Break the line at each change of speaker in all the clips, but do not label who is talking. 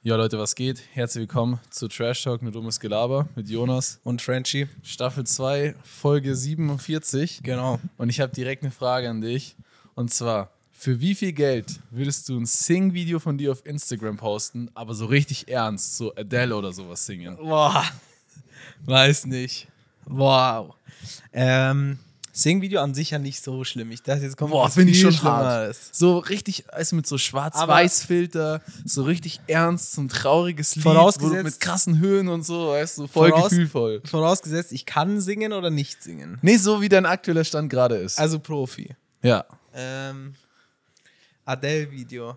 Ja, Leute, was geht? Herzlich willkommen zu Trash Talk, ne dummes Gelaber mit Jonas.
Und Frenchie.
Staffel 2, Folge 47.
Genau.
Und ich habe direkt eine Frage an dich. Und zwar, für wie viel Geld würdest du ein Sing-Video von dir auf Instagram posten, aber so richtig ernst, so Adele oder sowas singen?
Boah. Weiß nicht. Wow. Ähm, Sing-Video an sich ja nicht so schlimm. Ich dachte, jetzt kommt was viel Schlimmeres.
So richtig, also mit so Schwarz-Weiß-Filter, so richtig ernst, so ein trauriges Lied,
Vorausgesetzt-
wo du mit krassen Höhen und so, weißt du, voll
Voraus-
gefühlvoll.
Vorausgesetzt, ich kann singen oder nicht singen.
Nee, so wie dein aktueller Stand gerade ist.
Also Profi.
ja.
Ähm, Adele-Video.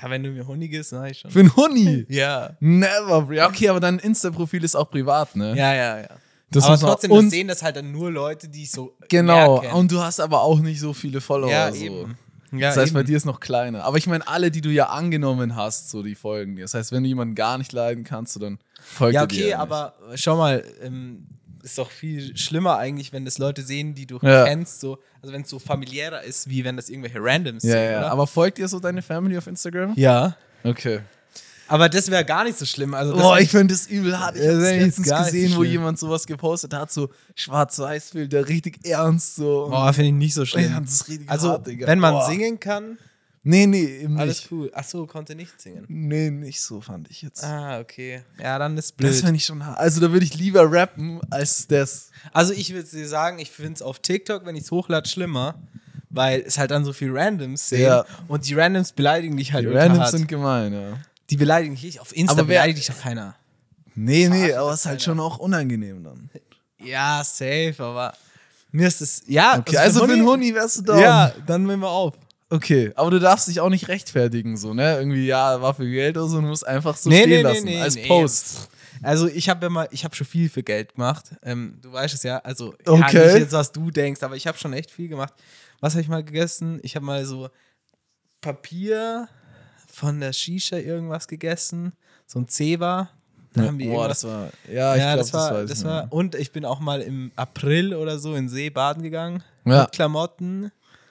Ja, wenn du mir Honig gibst, mach ich schon.
Für einen Huni.
Ja.
Never, bro. Ja, okay, aber dein Insta-Profil ist auch privat, ne?
Ja, ja, ja.
Das
Aber
muss man-
trotzdem,
und-
das sehen das halt dann nur Leute, die ich so
Genau.
merken.
Und du hast aber auch nicht so viele Follower.
ja,
so.
eben.
das heißt, bei dir ist noch kleiner. Aber ich meine, alle, die du ja angenommen hast, so die folgen dir. Das heißt, wenn du jemanden gar nicht leiden kannst, so, dann folgt
Ja,
er dir.
okay,
nicht.
aber schau mal, ähm, ist doch viel schlimmer eigentlich, wenn das Leute sehen, die du
Ja.
kennst, so, also wenn es so familiärer ist, wie wenn das irgendwelche Randoms
Ja,
sehen,
ja.
oder?
Aber folgt ihr so deine Family auf Instagram?
ja.
Okay.
Aber das wäre gar nicht so schlimm. Also das
Boah, ich finde das übel hart. Ich
Ja,
habe
das ist
letztens
gar nicht
gesehen, wo
schlimm.
jemand sowas gepostet hat, so Schwarz-Weiß-Bilder, richtig ernst, so.
Boah, finde ich nicht so schlimm.
Oh, Ja, das ist richtig
also,
hart, Digga.
wenn man
Boah.
singen kann,
Nee, nee, eben
alles
nicht.
cool. Achso, konnte nicht singen.
Nee, nicht so fand ich jetzt.
Ah, okay. Ja, dann ist
Das
blöd.
fände ich schon hart. Also da würde ich lieber rappen als das.
also, ich würde dir sagen, ich finde es auf TikTok, wenn ich es hochlade, schlimmer, weil es halt dann so viel Randoms sehen
Ja.
und die Randoms beleidigen dich halt
Die
ultra
Randoms
hart.
sind gemein, ja.
Die beleidigen dich nicht. Auf Insta
Aber wer-
beleidigt dich doch keiner.
Nee, nee,
Verachtet
aber
das
ist halt
keiner.
schon auch unangenehm dann.
Ja, safe, aber mir ist es. Ja,
Okay, also für einen Huni wärst du da.
Ja, dann nehmen wir auf.
Okay, aber du darfst dich auch nicht rechtfertigen, so, ne? Irgendwie, ja, war für Geld oder so, du musst einfach so
Nee,
stehen
nee, nee,
lassen.
nee,
als
nee.
Post.
Also ich habe ja mal, ich habe schon viel für Geld gemacht. Ähm, du weißt es ja, also ja,
Okay.
nicht jetzt, was du denkst, aber ich habe schon echt viel gemacht. Was habe ich mal gegessen? Ich habe mal so Papier von der Shisha irgendwas gegessen, so ein Zebra. Da haben die
Boah,
irgendwas
das war. Ja, ich
ja,
glaube,
das war, das,
weiß ich
war,
noch.
und ich bin auch mal im April oder so in See baden gegangen.
Ja.
Mit Klamotten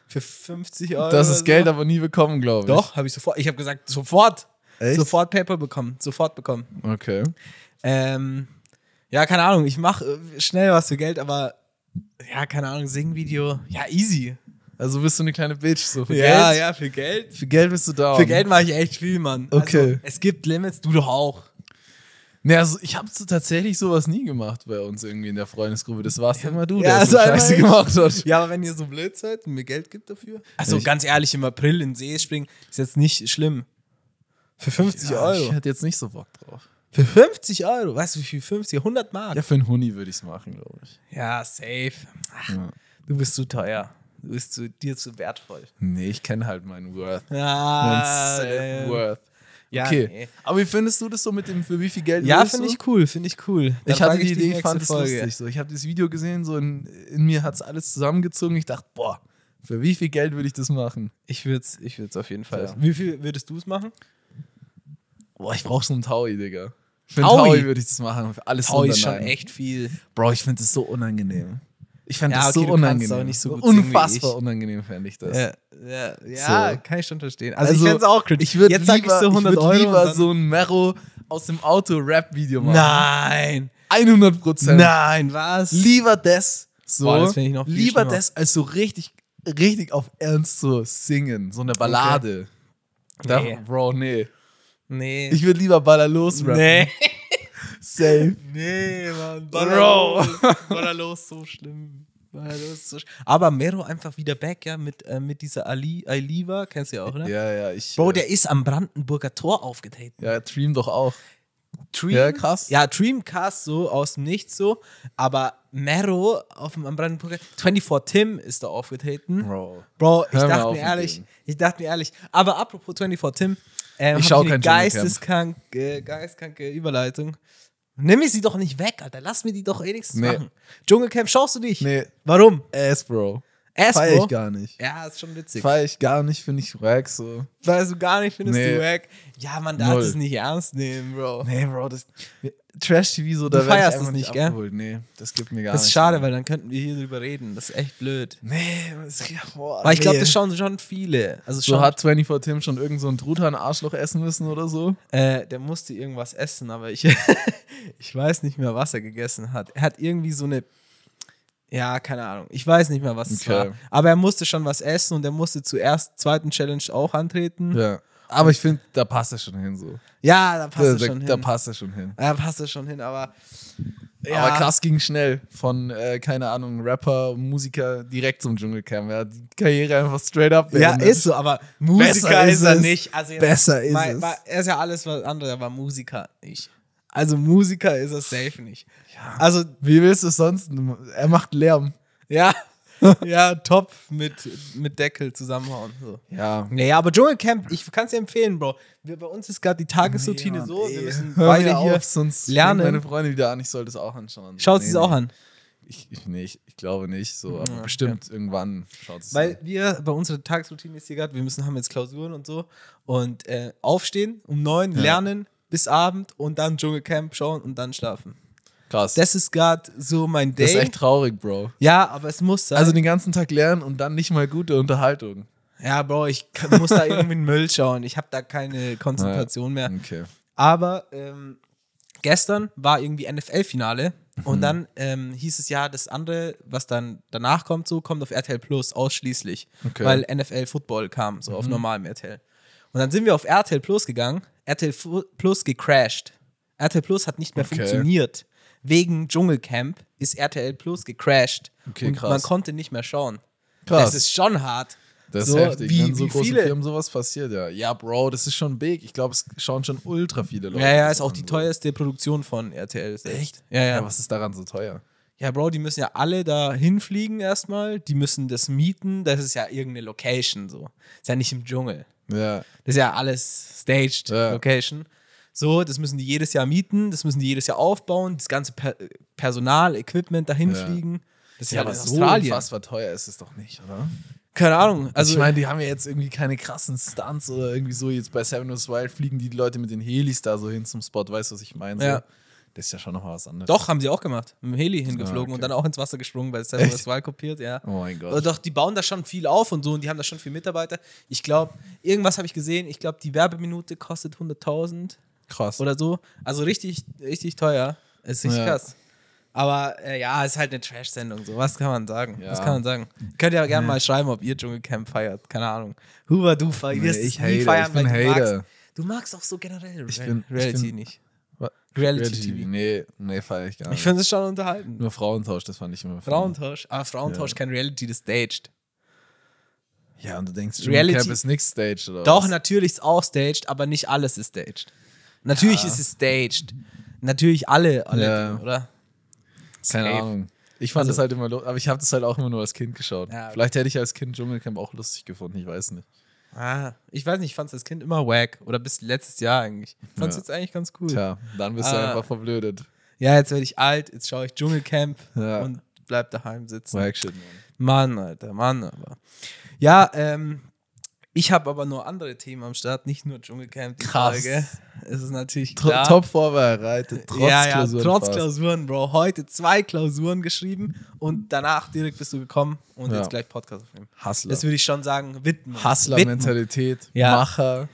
für 50 Euro.
Das
oder
ist
so.
Geld aber nie bekommen, glaube ich.
Doch, habe ich sofort. Ich habe gesagt, sofort.
Echt?
Sofort PayPal bekommen. Sofort bekommen.
Okay.
Ähm, ja, keine Ahnung. Ich mache schnell was für Geld, aber ja, keine Ahnung. Singvideo. Ja, easy.
Also bist du eine kleine Bitch, so. Für
ja,
Geld,
ja, für Geld.
Für Geld bist du da.
Für Geld mache ich echt viel, Mann.
Okay.
Also, es gibt Limits, du doch auch.
Ne, also ich habe so tatsächlich sowas nie gemacht bei uns irgendwie in der Freundesgruppe. Das warst immer du,
Ja,
der
also
so
einmal
Scheiße
ich.
gemacht hat.
Ja, aber wenn ihr so blöd seid und mir Geld gibt dafür. Also
Ich-
ganz ehrlich, im April in den See springen ist jetzt nicht schlimm. Für 50
Ja, Ich
Euro.
hatte jetzt nicht so Bock drauf.
Für 50 Euro? Weißt du, wie viel 50? 100 Mark?
Ja, für einen Huni würde ich es machen, glaube ich.
Ja, safe. Ach,
Ja.
Du bist zu teuer. Du bist zu, dir zu wertvoll.
Nee, ich kenne halt meinen Worth. Meinen
Ah,
Self-Worth.
ja,
okay.
nee.
Aber wie findest du das so mit dem, für wie viel Geld
ja
würdest
finde
du?
ich cool, finde ich cool. Dann
Ich hatte
frag
die
dich
Idee, ich
nächste
fand es lustig. So, ich habe das Video gesehen, so in, in mir hat es alles zusammengezogen. Ich dachte, boah, für wie viel Geld würde ich das machen?
Ich würde es ich würd's auf jeden Fall.
Ja.
Wie viel würdest du es machen?
Boah, ich brauche so einen Taui, Digga. Für einen
Taui?
Taui würde ich das machen. Für alles
Tau ist schon
unter nein.
echt viel.
Bro, ich finde das so unangenehm. Ich fände
Ja,
das
okay,
so
du kannst
unangenehm.
auch nicht so gut singen wie
Unfassbar
ich.
unangenehm fände ich das.
Ja, ja, ja
So.
kann ich schon verstehen.
Also,
Also, ich fände es auch kritisch.
Ich würde
Jetzt sag
lieber,
ich so 100
ich würd
Euro. und
lieber
dann-
so ein Mero aus dem Auto Rap-Video machen.
Nein,
100 Prozent.
nein, was?
Lieber das. So,
Boah, das find ich noch viel
lieber
schlimmer.
das als so richtig, richtig auf Ernst so singen. So eine Ballade. Da,
Nee.
Bro, nee.
nee.
Ich würde lieber Baller los rappen.
nee.
Safe.
Nee, Mann.
Bro.
los, so schlimm. Ballerlos, so schlimm. Aber Mero einfach wieder back, ja, mit, äh, mit dieser Ali, Aliva, kennst du ja auch, ne?
Ja, ja, ich.
Bro,
äh,
der ist am Brandenburger Tor aufgetreten.
Ja, Dream doch auch.
Dream,
Ja, krass.
Ja, Dreamcast so aus dem Nichts so, aber Mero auf dem am Brandenburger 24 Tim ist da aufgetreten.
Bro.
Bro, ich
Hör mir
dachte
auf
mir
mit
ehrlich,
dem.
ich dachte mir ehrlich, aber apropos 24 Tim, ähm,
Ich
hab
schau
ich
kein
eine
Dschungelcamp.
geisteskranke, geisteskranke Überleitung. Nimm ich sie doch nicht weg, Alter. Lass mir die doch wenigstens
Nee.
machen. Dschungelcamp schaust du nicht?
Nee.
Warum?
Ass, Bro. Feier ich
Espo.
gar nicht.
Ja, ist schon witzig.
Feier ich gar nicht, finde ich wack so.
Weißt du gar nicht, findest
Nee.
du wack. Ja, man darf
Null.
es nicht ernst nehmen, Bro.
Nee, Bro, das Trash-TV so, da werd
Du
ich
feierst
einfach
es nicht, gell?
abgeholt. Nee, das gibt mir gar
Das ist
nichts.
schade, weil dann könnten wir hier drüber reden. Das ist echt blöd.
Nee, das, boah,
Weil ich glaube,
nee.
das schauen schon viele. Also schon,
So hat 24 Tim schon irgend so ein Truthahn-Arschloch essen müssen oder so?
äh, der musste irgendwas essen, aber ich, ich weiß nicht mehr, was er gegessen hat. Er hat irgendwie so eine, ja, keine Ahnung. Ich weiß nicht mehr, was es
Okay.
war. Aber er musste schon was essen und er musste zuerst zweiten Challenge auch antreten. Ja,
Ja. Aber ich finde, da passt er schon hin so.
da passt
Da,
er
da,
schon hin.
da passt er schon hin.
ja, passt er schon hin, aber ja,
Aber krass ging schnell von, äh, keine Ahnung, Rapper, Musiker direkt zum Dschungelcamp. Er hat die Karriere einfach straight up
Ja,
beendet.
ist so, aber Musiker
Besser
ist,
ist
er
es.
nicht. Also jetzt-
Besser ist
weil-
es.
weil er ist ja alles was anderes, aber Musiker nicht. Also Musiker ist er safe nicht. Also,
Wie willst du es sonst? Er macht Lärm.
ja, ja, Topf mit, mit Deckel zusammenhauen. So.
Ja.
Naja, aber Dschungelcamp, ich kann es dir empfehlen, Bro. Wir, bei uns ist gerade die Tagesroutine
Mann,
so, wir
ey.
müssen
Hör
beide
mir
hier
auf, sonst
lernen.
lernen. meine Freundin wieder an, ich sollte es auch anschauen.
Schaut es auch an.
Ich, ich, nee, ich, ich glaube nicht, so, aber
Ja,
bestimmt irgendwann schaut es
Weil wir, bei unserer Tagesroutine ist hier gerade, wir müssen, haben jetzt Klausuren und so. Und äh, aufstehen, um neun, lernen bis Abend und dann Dschungelcamp schauen und dann schlafen.
Krass. Das,
Das ist gerade so mein Day.
ist echt traurig, Bro.
ja, aber es muss sein.
Also
Also,
den ganzen Tag lernen und dann nicht mal gute Unterhaltung.
ja, Bro, ich kann- muss da irgendwie in den Müll schauen. Ich habe da keine Konzentration mehr.
Okay.
Aber ähm, gestern war irgendwie NFL-Finale
Mhm.
und dann ähm, hieß es ja, das andere, was dann danach kommt, so kommt auf RTL Plus ausschließlich,
Okay. Mhm.
weil NFL-Football kam, so auf normalem RTL. Und dann sind wir auf RTL Plus gegangen, RTL Fu- Plus gecrashed. RTL Plus hat nicht mehr
Okay.
funktioniert. Wegen Dschungelcamp ist RTL Plus gecrashed
Okay,
und
krass.
man konnte nicht mehr schauen.
Krass.
Das ist schon hart.
Das ist
So,
heftig,
wie-
wenn so
wie
große
viele-
Firmen sowas passiert, ja. Ja, Bro, das ist schon big. Ich glaube, es schauen schon ultra viele Leute.
Ja, ja,
das
ist auch
an,
die
so.
teuerste Produktion von RTL. selbst.
Echt?
Ja, ja.
Ja, was ist daran so teuer?
Ja, Bro, die müssen ja alle da hinfliegen erstmal. Die müssen das mieten. Das ist ja irgendeine Location so. Ist ja nicht im Dschungel.
Ja,
Das ist ja alles staged
Ja.
Location. So, das müssen die jedes Jahr mieten. Das müssen die jedes Jahr aufbauen. Das ganze per Personal, Equipment dahin
Ja.
fliegen. Das ist ja,
ja aber
alles
so
Australien.
unfassbar teuer ist es doch nicht, oder?
Keine Ahnung. Also,
Also ich meine, die haben ja jetzt irgendwie keine krassen Stunts oder irgendwie so. Jetzt bei Seven Wars Wild fliegen die Leute mit den Helis da so hin zum Spot. Weißt du, was ich meine? So,
Ja.
Das ist ja schon nochmal was anderes.
doch, haben sie auch gemacht. Mit dem Heli hingeflogen
Ah, okay.
und dann auch ins Wasser gesprungen, weil es selber
Echt?
das Wahl kopiert, ja.
Oh mein
Aber
Gott.
Doch, die bauen da schon viel auf und so und die haben da schon viel Mitarbeiter. Ich glaube, irgendwas habe ich gesehen. Ich glaube, die Werbeminute kostet 100.000
Krass.
oder so. Also richtig, richtig teuer. Ist richtig
Ja.
krass. Aber äh, ja, ist halt eine Trash-Sendung. So, was kann man sagen?
Ja.
Was kann man sagen? Könnt ihr ja gerne mal schreiben, ob ihr Dschungelcamp feiert. Keine Ahnung. Huber, du
Nee,
feierst
ich
es nie
hate,
feiern,
ich bin
weil du
Hater.
magst. Du magst auch so generell
Ich
Re-
bin- ich
Reality
bin-
nicht.
Wa-
Reality,
Reality
TV.
Nee, nee, feier ich gar
Ich
nicht.
finde es schon unterhalten.
Nur Frauentausch, das fand ich immer funny.
Frauentausch. Aber Frauentausch, kein Reality, das staged.
Ja, und du denkst,
Reality-
Reality ist nix staged oder
Doch, ne-
was?
natürlich ist auch staged, aber nicht alles ist staged. Natürlich ist es staged. Natürlich alle, alle
Ja.
Dinge, oder?
Keine
Safe.
Ahnung. Ich fand
Also-
das halt immer lustig, aber ich habe das halt auch immer nur als Kind geschaut.
Ja, okay.
Vielleicht hätte ich als Kind Dschungelcamp auch lustig gefunden, ich weiß nicht.
Ah, ich weiß nicht, ich fand es als Kind immer wack. Oder bis letztes Jahr eigentlich. Ich fand es
Ja.
jetzt eigentlich ganz cool.
Tja, dann bist du
Ah.
einfach verblödet.
Ja, jetzt werde ich alt, jetzt schaue ich Dschungelcamp
Ja.
und bleib daheim sitzen.
Wack shit, man.
Mann, Alter, Mann, aber. Ja, ähm, ich habe aber nur andere Themen am Start, nicht nur Dschungelcamp. Die
Krass.
Folge. Es ist natürlich
Tr
klar.
Top vorbereitet, trotz
ja, ja,
Klausuren.
trotz
fast.
Klausuren, Bro. Heute zwei Klausuren geschrieben und danach direkt bist du gekommen und
Ja.
jetzt gleich Podcast aufnehmen.
Hustler.
Das würde ich schon sagen, widmen. Widmen.
Hustler-Mentalität,
Ja.
Macher.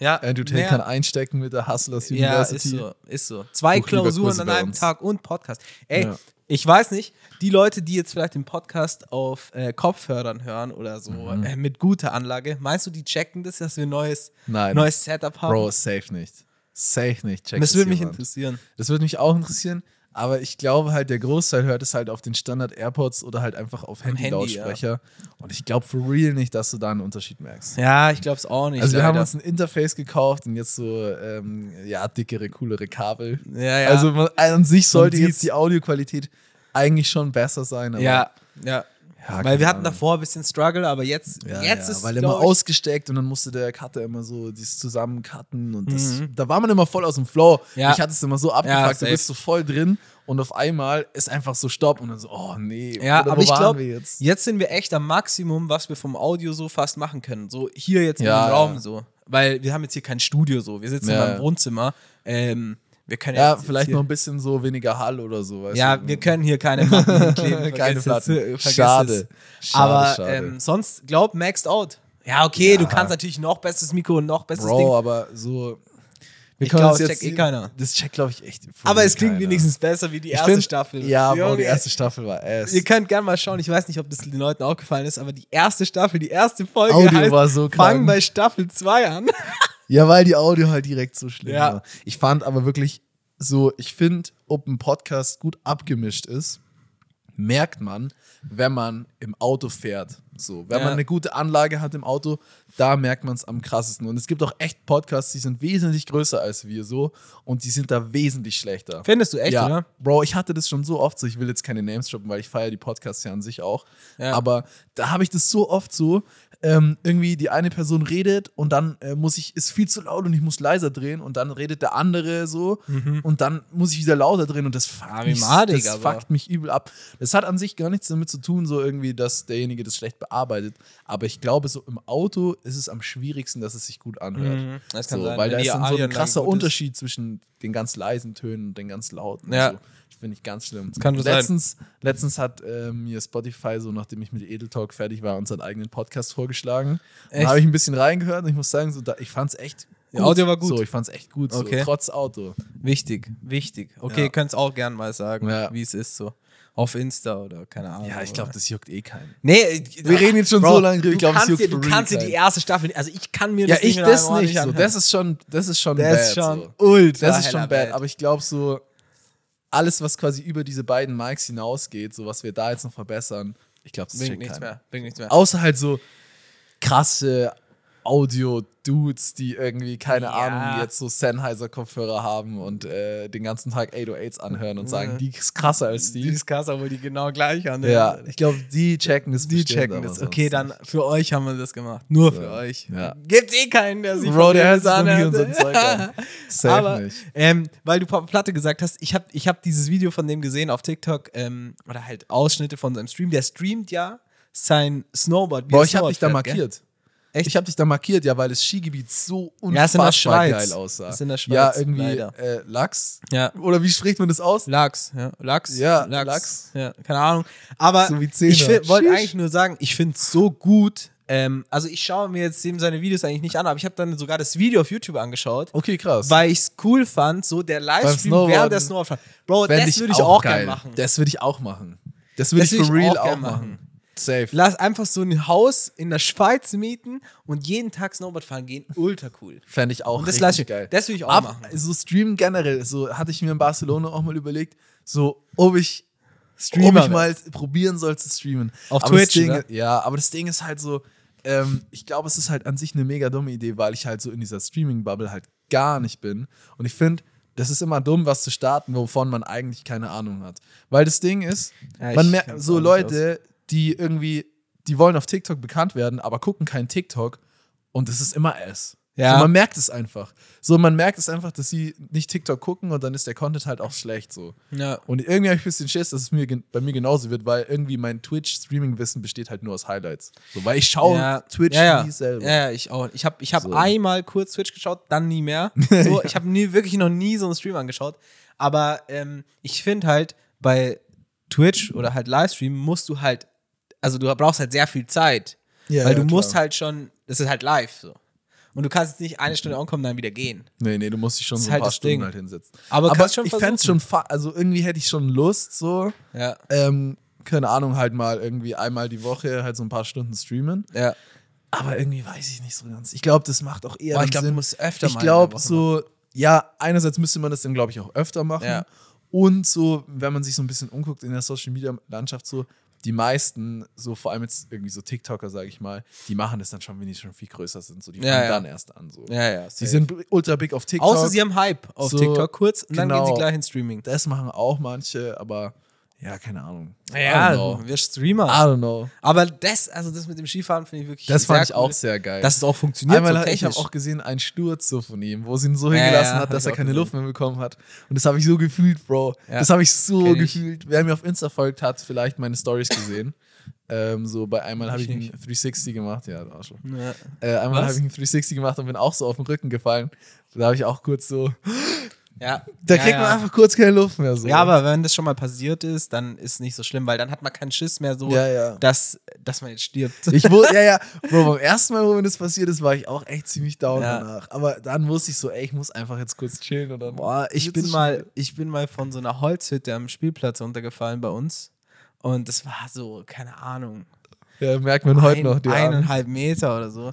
Ja,
Andrew Tate
mehr-
kann einstecken mit der Hustlers
Ja,
University.
ist so, ist so. Zwei
Auch lieber
Klausuren
Kurse
an
bei
einem
uns.
Tag und Podcast. Ey,
Ja.
ich weiß nicht, die Leute, die jetzt vielleicht den Podcast auf äh, Kopfhörern hören oder so
Mhm.
äh, mit guter Anlage, meinst du, die checken das, dass wir ein neues,
Nein.
neues Setup haben?
Bro, safe nicht. Safe nicht. Check
das würde mich
jemand.
interessieren.
Das würde mich auch interessieren, aber ich glaube halt, der Großteil hört es halt auf den Standard AirPods oder halt einfach auf
Handy,
Handy-Lautsprecher. Und ich glaube for real nicht, dass du da einen Unterschied merkst.
Ja, ich glaube es auch nicht.
also wir haben
leider.
uns ein Interface gekauft und jetzt so, ähm, ja, dickere, coolere Kabel.
ja, ja.
Also man, an sich sollte
Man
jetzt die Audioqualität eigentlich schon besser sein. Aber
ja, ja.
Ja,
Weil
keine
wir hatten
Ahnung.
davor ein bisschen Struggle, aber jetzt,
Ja,
jetzt
ja,
ist
weil
glaub
immer
ich,
ausgesteckt und dann musste der Cutter immer so dieses zusammencutten und das,
Mhm.
da war man immer voll aus dem Flow.
Ja.
Ich hatte es immer so abgefuckt, du
safe.
bist so voll drin und auf einmal ist einfach so Stopp und dann so, oh nee,
Ja,
Bruder,
aber
wo
ich
waren
glaub-
wir jetzt?
Jetzt sind wir echt am Maximum, was wir vom Audio so fast machen können. So hier jetzt
Ja,
im Raum
ja.
so. Weil wir haben jetzt hier kein Studio so. Wir sitzen
Ja,
in meinem
ja.
Wohnzimmer. Ähm, wir können
Ja,
jetzt
vielleicht
hier,
noch ein bisschen so weniger Hall oder so. weißt
Ja,
du?
wir können hier keine Platten hinkleben.
Keine
vergiss
Platten.
Es, äh, vergiss
Schade.
Es.
Schade,
aber
schade.
Ähm, sonst glaub maxed out. Ja, okay, du
Ja.
kannst natürlich noch bestes Mikro und noch bestes
Bro,
Ding.
aber so. Wir
Ich
können
glaub,
uns
das
jetzt
checkt eh keiner.
Das checkt, glaube ich, echt.
Aber es klingt
keiner.
wenigstens besser wie die
Ich
erste
find-
Staffel.
Ja, Bro, die
Junge,
erste Staffel war ass.
Ihr könnt gerne mal schauen, ich weiß nicht, ob das den Leuten aufgefallen ist, aber die erste Staffel, die erste Folge
Audio
heißt,
war so
fang
krank.
bei Staffel 2 an.
Ja, weil die Audio halt direkt so schlimm
Ja.
war. Ich fand aber wirklich so, ich finde, ob ein Podcast gut abgemischt ist, merkt man, wenn man im Auto fährt. So, wenn
Ja.
man eine gute Anlage hat im Auto, da merkt man es am krassesten. Und es gibt auch echt Podcasts, die sind wesentlich größer als wir so und die sind da wesentlich schlechter.
Findest du echt,
ja,
oder?
Bro, ich hatte das schon so oft so. Ich will jetzt keine Names droppen, weil ich feiere die Podcasts ja an sich auch.
Ja.
Aber da habe ich das so oft so. Ähm, irgendwie die eine Person redet und dann äh, muss ich, ist viel zu laut und ich muss leiser drehen und dann redet der andere so und dann muss ich wieder lauter drehen und das fuckt,
Mhm. wie
mich,
madig,
das
aber.
fuckt mich übel ab. Das hat an sich gar nichts damit zu tun, so irgendwie, dass derjenige das schlecht bearbeitet. Aber ich glaube, so im Auto ist es am schwierigsten, dass es sich gut anhört.
Mhm, das kann
So,
sein,
weil
wenn
da
die
ist dann so ein
Audioanlage
krasser
gut ist.
Unterschied zwischen den ganz leisen Tönen und den ganz lauten.
Ja.
So. Das finde ich ganz schlimm.
kann so sein.
letztens, letztens hat äh, mir Spotify, so nachdem ich mit Edel Talk fertig war, unseren eigenen Podcast vorgeschlagen.
Echt?
Da habe ich ein bisschen reingehört und ich muss sagen, so, da, ich fand es echt
Ja, Audio war gut.
So, ich fand es echt gut,
Okay.
so, trotz Auto.
Wichtig, wichtig. Okay,
Ja.
ihr könnt es auch gern mal sagen,
Ja.
wie es ist so. Auf Insta oder keine Ahnung.
Ja, ich glaube,
oder-
das juckt eh keinen.
Nee,
Wir reden jetzt schon so lange drüber.
drüber.
Ich glaub, es
kannst
juckt
dir, Du
for real
kannst dir
keinen.
die erste Staffel, also ich kann mir
Ja,
das
ich
in einem
das
Ohr
nicht. So.
anhören.
Das ist schon, das ist schon bad.
Das ist schon
so.
ultra.
Das ist schon
heller
bad,
Welt.
aber ich glaube so, alles, was quasi über diese beiden Mikes hinausgeht, so was wir da jetzt noch verbessern, ich glaube, das
bringt
checkt
nichts
keiner.
mehr. Bringt nichts mehr.
Außer halt so krasse Audio-Dudes, die irgendwie, keine
Ja.
Ahnung, jetzt so Sennheiser-Kopfhörer haben und äh, den ganzen Tag 808s anhören und sagen, die ist krasser als
Die
die.
ist Kassa wohl die genau gleich an.
Ja, ich glaube, die checken das
Die
bestimmt,
checken
aber
das.
sonst
Okay,
nicht.
dann für euch haben wir das gemacht. Nur für
Ja.
euch.
Ja.
Gibt's eh keinen, der sich
Bro,
von
der
dem
hört sich
Sahne
noch nie
hat.
unser Zeug an. Safe
aber,
nicht.
Ähm, weil du Papa Platte gesagt hast, ich habe ich hab dieses Video von dem gesehen auf TikTok ähm, oder halt Ausschnitte von seinem Stream. Der streamt ja sein Snowboard. wie
Boah,
er
ich habe
Snowboard
dich da
fährt, gell?
markiert.
Echt?
Ich habe dich da markiert, ja, weil das Skigebiet so
Ja, ist in der
unfassbar
Schweiz.
geil aussah.
Ist in der Schweiz,
ja, irgendwie
leider.
äh, Lachs.
Ja.
Oder wie spricht man das aus?
Lachs, ja. Lachs.
Ja,
Lachs.
Lachs.
Ja, keine Ahnung. Aber
So wie Zehner.
ich fi- wollte
Sheesh.
eigentlich nur sagen, ich finde es so gut. Ähm, also ich schaue mir jetzt eben seine Videos eigentlich nicht an, aber ich habe dann sogar das Video auf YouTube angeschaut.
Okay, krass.
Weil ich es cool fand, so der Livestream
Snowboarden.
während der Snowboardfahrt. Bro,
Fänd
das würde ich auch gerne machen.
Das würde ich auch machen. Das würde
Das
ich
würd
for
ich
real
auch
auch,
gern
machen. Safe.
Lass einfach so ein Haus in der Schweiz mieten und jeden Tag Snowboard fahren gehen. Ultra cool.
Fände ich auch
Und das lass
richtig
ich-
geil.
das würd ich auch machen.
So streamen generell, so hatte ich mir in Barcelona auch mal überlegt, so ob ich
Streamer
ob ich mal probieren soll zu streamen.
Auf
aber das
Twitch, ne?
Ding,
oder?
Ja, aber das Ding ist halt so, ähm, ich glaube, es ist halt an sich eine mega dumme Idee, weil ich halt so in dieser Streaming-Bubble halt gar nicht bin. Und ich finde, das ist immer dumm, was zu starten, wovon man eigentlich keine Ahnung hat. Weil das Ding ist,
Ja, ich
man merkt
kenn's
so
auch nicht
Leute, die irgendwie, die wollen auf TikTok bekannt werden, aber gucken keinen TikTok und es ist immer es.
Ja.
So, man merkt es einfach. So, man merkt es einfach, dass sie nicht TikTok gucken und dann ist der Content halt auch schlecht so.
Ja.
Und irgendwie habe ich ein bisschen Schiss, dass es mir gen- bei mir genauso wird, weil irgendwie mein Twitch-Streaming-Wissen besteht halt nur aus Highlights. So, weil ich schaue Twitch
ja, ja.
nie selber.
Ja, ja, ich auch. Ich habe ich hab
So.
einmal kurz Twitch geschaut, dann nie mehr. So, Ich habe nie, wirklich noch nie so einen Stream angeschaut. Aber ähm, ich finde halt, bei Twitch oder halt Livestream musst du halt, also du brauchst halt sehr viel Zeit.
Ja,
weil
ja,
du musst
klar.
halt schon, das ist halt live so. Und du kannst jetzt nicht eine Stunde ankommen, dann wieder gehen.
Nee, nee, du musst dich schon
Das
so
ist
ein
halt
paar
das
Stunden
Ding.
halt hinsetzen.
Aber kannst schon
ich fände es
versuchen.
schon, fa- also irgendwie hätte ich schon Lust, so,
Ja.
ähm, keine Ahnung, halt mal irgendwie einmal die Woche halt so ein paar Stunden streamen.
Ja.
Aber irgendwie weiß ich nicht so ganz. Ich glaube, das macht auch eher
Boah,
dann
ich glaub, du
Sinn.
musst öfter
Ich
mal in der
glaube
Woche
so, ja, einerseits müsste man das dann, glaube ich, auch öfter machen.
Ja.
Und so, wenn man sich so ein bisschen umguckt in der Social-Media-Landschaft, so die meisten, so vor allem jetzt irgendwie so TikToker, sage ich mal, die machen das dann schon, wenn die schon viel größer sind. So, die
Ja,
fangen
ja.
dann erst an. So.
Ja, ja.
Sie sind ultra big auf TikTok.
Außer sie haben Hype auf
So,
TikTok kurz und dann gehen
genau.
sie gleich ins Streaming.
das machen auch manche, aber Ja, keine Ahnung. I don't
Ja,
know.
wir Streamer.
I don't know.
Aber das, also das mit dem Skifahren finde ich wirklich
Ah. Das
sehr
fand ich
cool,
auch sehr geil.
Dass es auch funktioniert
Einmal,
so
hat- ich habe
technisch.
auch gesehen, einen Sturz so von ihm, wo sie ihn so
Ja,
hingelassen
ja, hab
hat, dass
ich
er
auch
keine
gesehen.
Luft mehr bekommen hat. Und das habe ich so gefühlt, Bro.
Ja.
Das habe ich so
Kenn ich.
gefühlt. Wer mir auf Insta folgt, hat vielleicht meine Stories gesehen. ähm, so bei einmal habe
Ich
ich einen
nicht.
360 gemacht. Ja, du Arschloch.
Ja.
Äh, einmal
Was?
habe ich einen 360 gemacht und bin auch so auf den Rücken gefallen. Da habe ich auch kurz so.
Ja.
Da
ja,
kriegt
ja.
man einfach kurz keine Luft mehr. So.
Ja, aber wenn das schon mal passiert ist, dann ist nicht so schlimm, weil dann hat man keinen Schiss mehr so,
Ja, ja.
Dass, dass man jetzt stirbt.
Ich wurde, ja, ja, Bro, beim ersten Mal, wo mir das passiert ist, war ich auch echt ziemlich down
Ja.
danach. Aber dann wusste ich so, ey, ich muss einfach jetzt kurz chillen und dann.
Boah, ich
Wird's
bin
so
mal, ich bin mal von so einer Holzhütte am Spielplatz runtergefallen bei uns. Und das war so, keine Ahnung,
Ja, merkt man heute
ein-
noch, die Arme.
eineinhalb Meter oder so.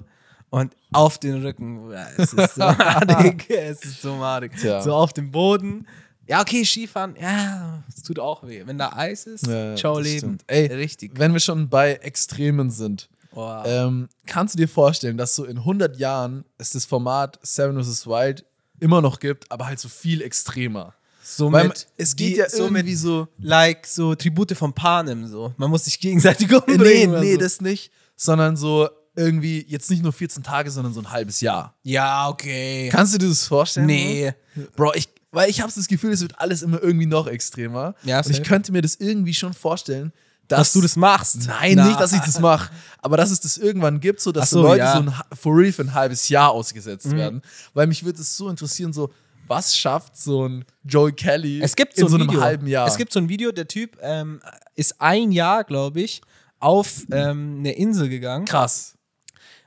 Und auf den Rücken, ja, es ist so madig, es ist so madig.
Tja.
So auf dem Boden. Ja, okay, Skifahren, ja, es tut auch weh. Wenn da Eis ist,
Ja,
ciao
das
Leben.
stimmt. Ey,
richtig.
Wenn wir schon bei Extremen sind,
Boah.
ähm, kannst du dir vorstellen, dass so in 100 Jahren es das Format Seven vs. Wild immer noch gibt, aber halt so viel extremer? Weil man-
somit,
es geht
die-
ja
somit
irgendwie so.
like so Tribute von Panem so. Man muss sich gegenseitig umbringen.
Nee,
oder
nee,
so.
das nicht, sondern so irgendwie jetzt nicht nur 14 Tage, sondern so ein halbes Jahr.
ja, okay.
Kannst du dir das vorstellen?
Nee.
Bro, ich, weil ich habe das Gefühl, es wird alles immer irgendwie noch extremer.
Ja,
und ich
safe.
könnte mir das irgendwie schon vorstellen, dass,
dass du das machst.
Nein,
Na.
nicht, dass ich das mache, aber dass es das irgendwann gibt, so
Ach
dass
so,
so, Leute
ja. Mhm.
so ein, for real für ein halbes Jahr ausgesetzt werden. Weil mich würde es so interessieren, so was schafft so ein Joey Kelly
Es gibt so
in
ein
so einem
Video.
halben Jahr?
Es gibt so ein Video, der Typ ähm, ist ein Jahr, glaube ich, auf ähm, eine Insel gegangen.
krass.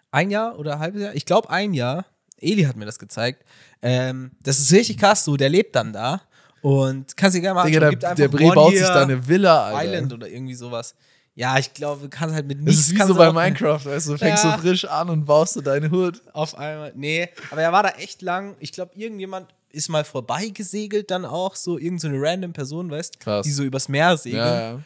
Ein Jahr oder ein halbes Jahr? Ich glaube ein Jahr. Eli hat mir das gezeigt. Ähm, das ist richtig krass, so der lebt dann da. Und kannst dir gerne mal
Digga,
anschauen. Ah, Gibt
der,
einfach
der Bre
One
baut sich
Year
da eine Villa, Alter.
Island oder irgendwie sowas. Ja, ich glaube, kann halt mit
Das
nichts.
ist wie
kannst
so
du
bei
auch-
Minecraft, weißt du, fängst
Ja.
so frisch an und baust du deine Hood.
Auf einmal. Nee, aber er war da echt lang. Ich glaube, irgendjemand ist mal vorbeigesegelt, dann auch so irgendeine so eine random Person, weißt du,
Krass.
die so übers Meer segeln.
Ja, ja.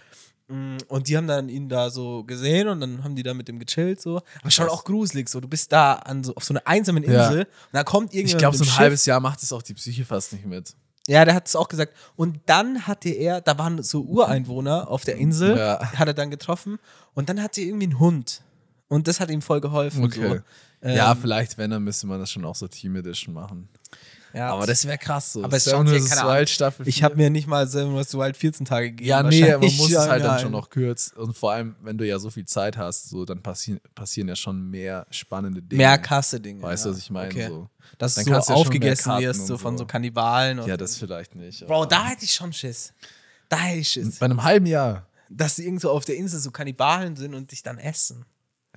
Mm, Und die haben dann ihn da so gesehen und dann haben die da mit dem gechillt so. Aber schon
Krass.
auch gruselig so. Du bist da an so, auf so einer einsamen
Ja.
Insel und dann kommt irgendjemand
Ich glaube,
mit
so
dem
ein
Schiff.
halbes Jahr macht es auch die Psyche fast nicht mit.
Ja, der hat es auch gesagt. Und dann hatte er, da waren so Ureinwohner auf der Insel,
Ja.
hat er dann getroffen und dann hatte er irgendwie einen Hund. Und das hat ihm voll geholfen.
Okay.
So. Ähm,
ja, vielleicht, wenn, dann müsste man das schon auch so Team Edition machen.
ja.
Aber das wäre krass so.
Aber es
Seven
schaut sich
vs.
keine an.
Wild Staffel
Ich
vier.
habe mir nicht mal Seven vs. Wild 14 Tage gegeben.
Ja, nee, man
wahrscheinlich.
muss es halt dann
Ja,
schon noch kürz. Und vor allem, wenn du ja so viel Zeit hast, so, dann passi passieren ja schon mehr spannende Dinge.
Mehr krasse Dinge.
Weißt du,
ja.
was ich meine?
Okay.
So.
Dass
Dann
du
kannst du
so
ja schon
aufgegessen
mehr Karten
wirst,
und
so von
so.
so Kannibalen. Und
Ja, das vielleicht nicht.
Bro,
aber-
da hätte ich schon Schiss. Da hätte ich Schiss.
Bei einem halben Jahr.
Dass sie irgendwo auf der Insel so Kannibalen sind und dich dann essen.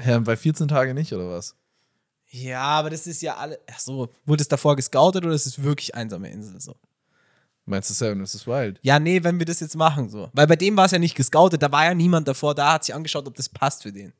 Ja, bei 14 Tagen nicht, oder was?
Ja, aber das ist ja alle. Ach so, wurde es davor gescoutet oder ist es wirklich einsame Insel so?
Meinst du Seven vs. Wild?
Ja, nee, wenn wir das jetzt machen so. Weil bei dem war es ja nicht gescoutet, da war ja niemand davor, da hat sich angeschaut, ob das passt für den.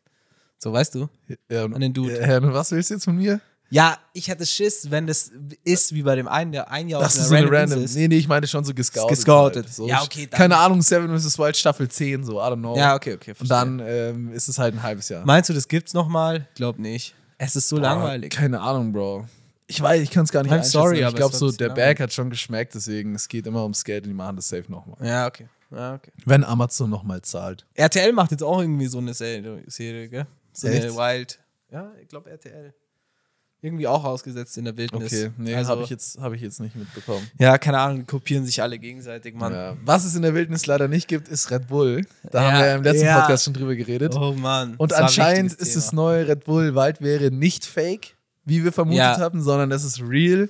So, weißt du?
Ähm,
An den Dude.
äh, ähm, was willst du jetzt von mir?
Ja, ich hätte Schiss, wenn das ist wie bei dem einen, der ein Jahr
Das
auf
ist
einer
so eine
random
random.
Insel ist.
Nee, nee, ich meine schon so gescoutet.
Gescoutet.
Halt. So,
Ja, okay, dann-
Keine Ahnung, Seven vs. Wild Staffel 10, so, I don't know.
Ja, okay, okay.
Und
verstehe.
dann ähm, ist es halt ein halbes Jahr.
Meinst du, das gibt's nochmal? Glaub nicht. Es ist so langweilig.
Keine Ahnung, Bro. Ich weiß, ich kann es gar nicht
I'm
einschätzen.
sorry,
ich
aber
glaube
es
so,
wird
der
langweilig.
Bag hat schon geschmeckt, deswegen es geht immer ums Geld und die machen das safe nochmal.
Ja, okay. Ja, okay.
Wenn Amazon nochmal zahlt.
RTL macht jetzt auch irgendwie so eine Serie, Serie gell? So
Echt?
eine Wild. Ja, ich glaube RTL. Irgendwie auch ausgesetzt in der Wildnis.
Okay, nee,
also,
habe ich, jetzt- hab ich jetzt nicht mitbekommen.
Ja, keine Ahnung, die kopieren sich alle gegenseitig, Mann.
Ja. Was es in der Wildnis leider nicht gibt, ist Red Bull. Da
Ja,
haben wir ja im letzten
ja.
Podcast schon drüber geredet.
Oh Mann.
und
das war ein
anscheinend
wichtiges
ist das
Thema.
neue Red Bull Waldbeere nicht fake, wie wir vermutet
Ja. Mhm.
haben, sondern es ist real.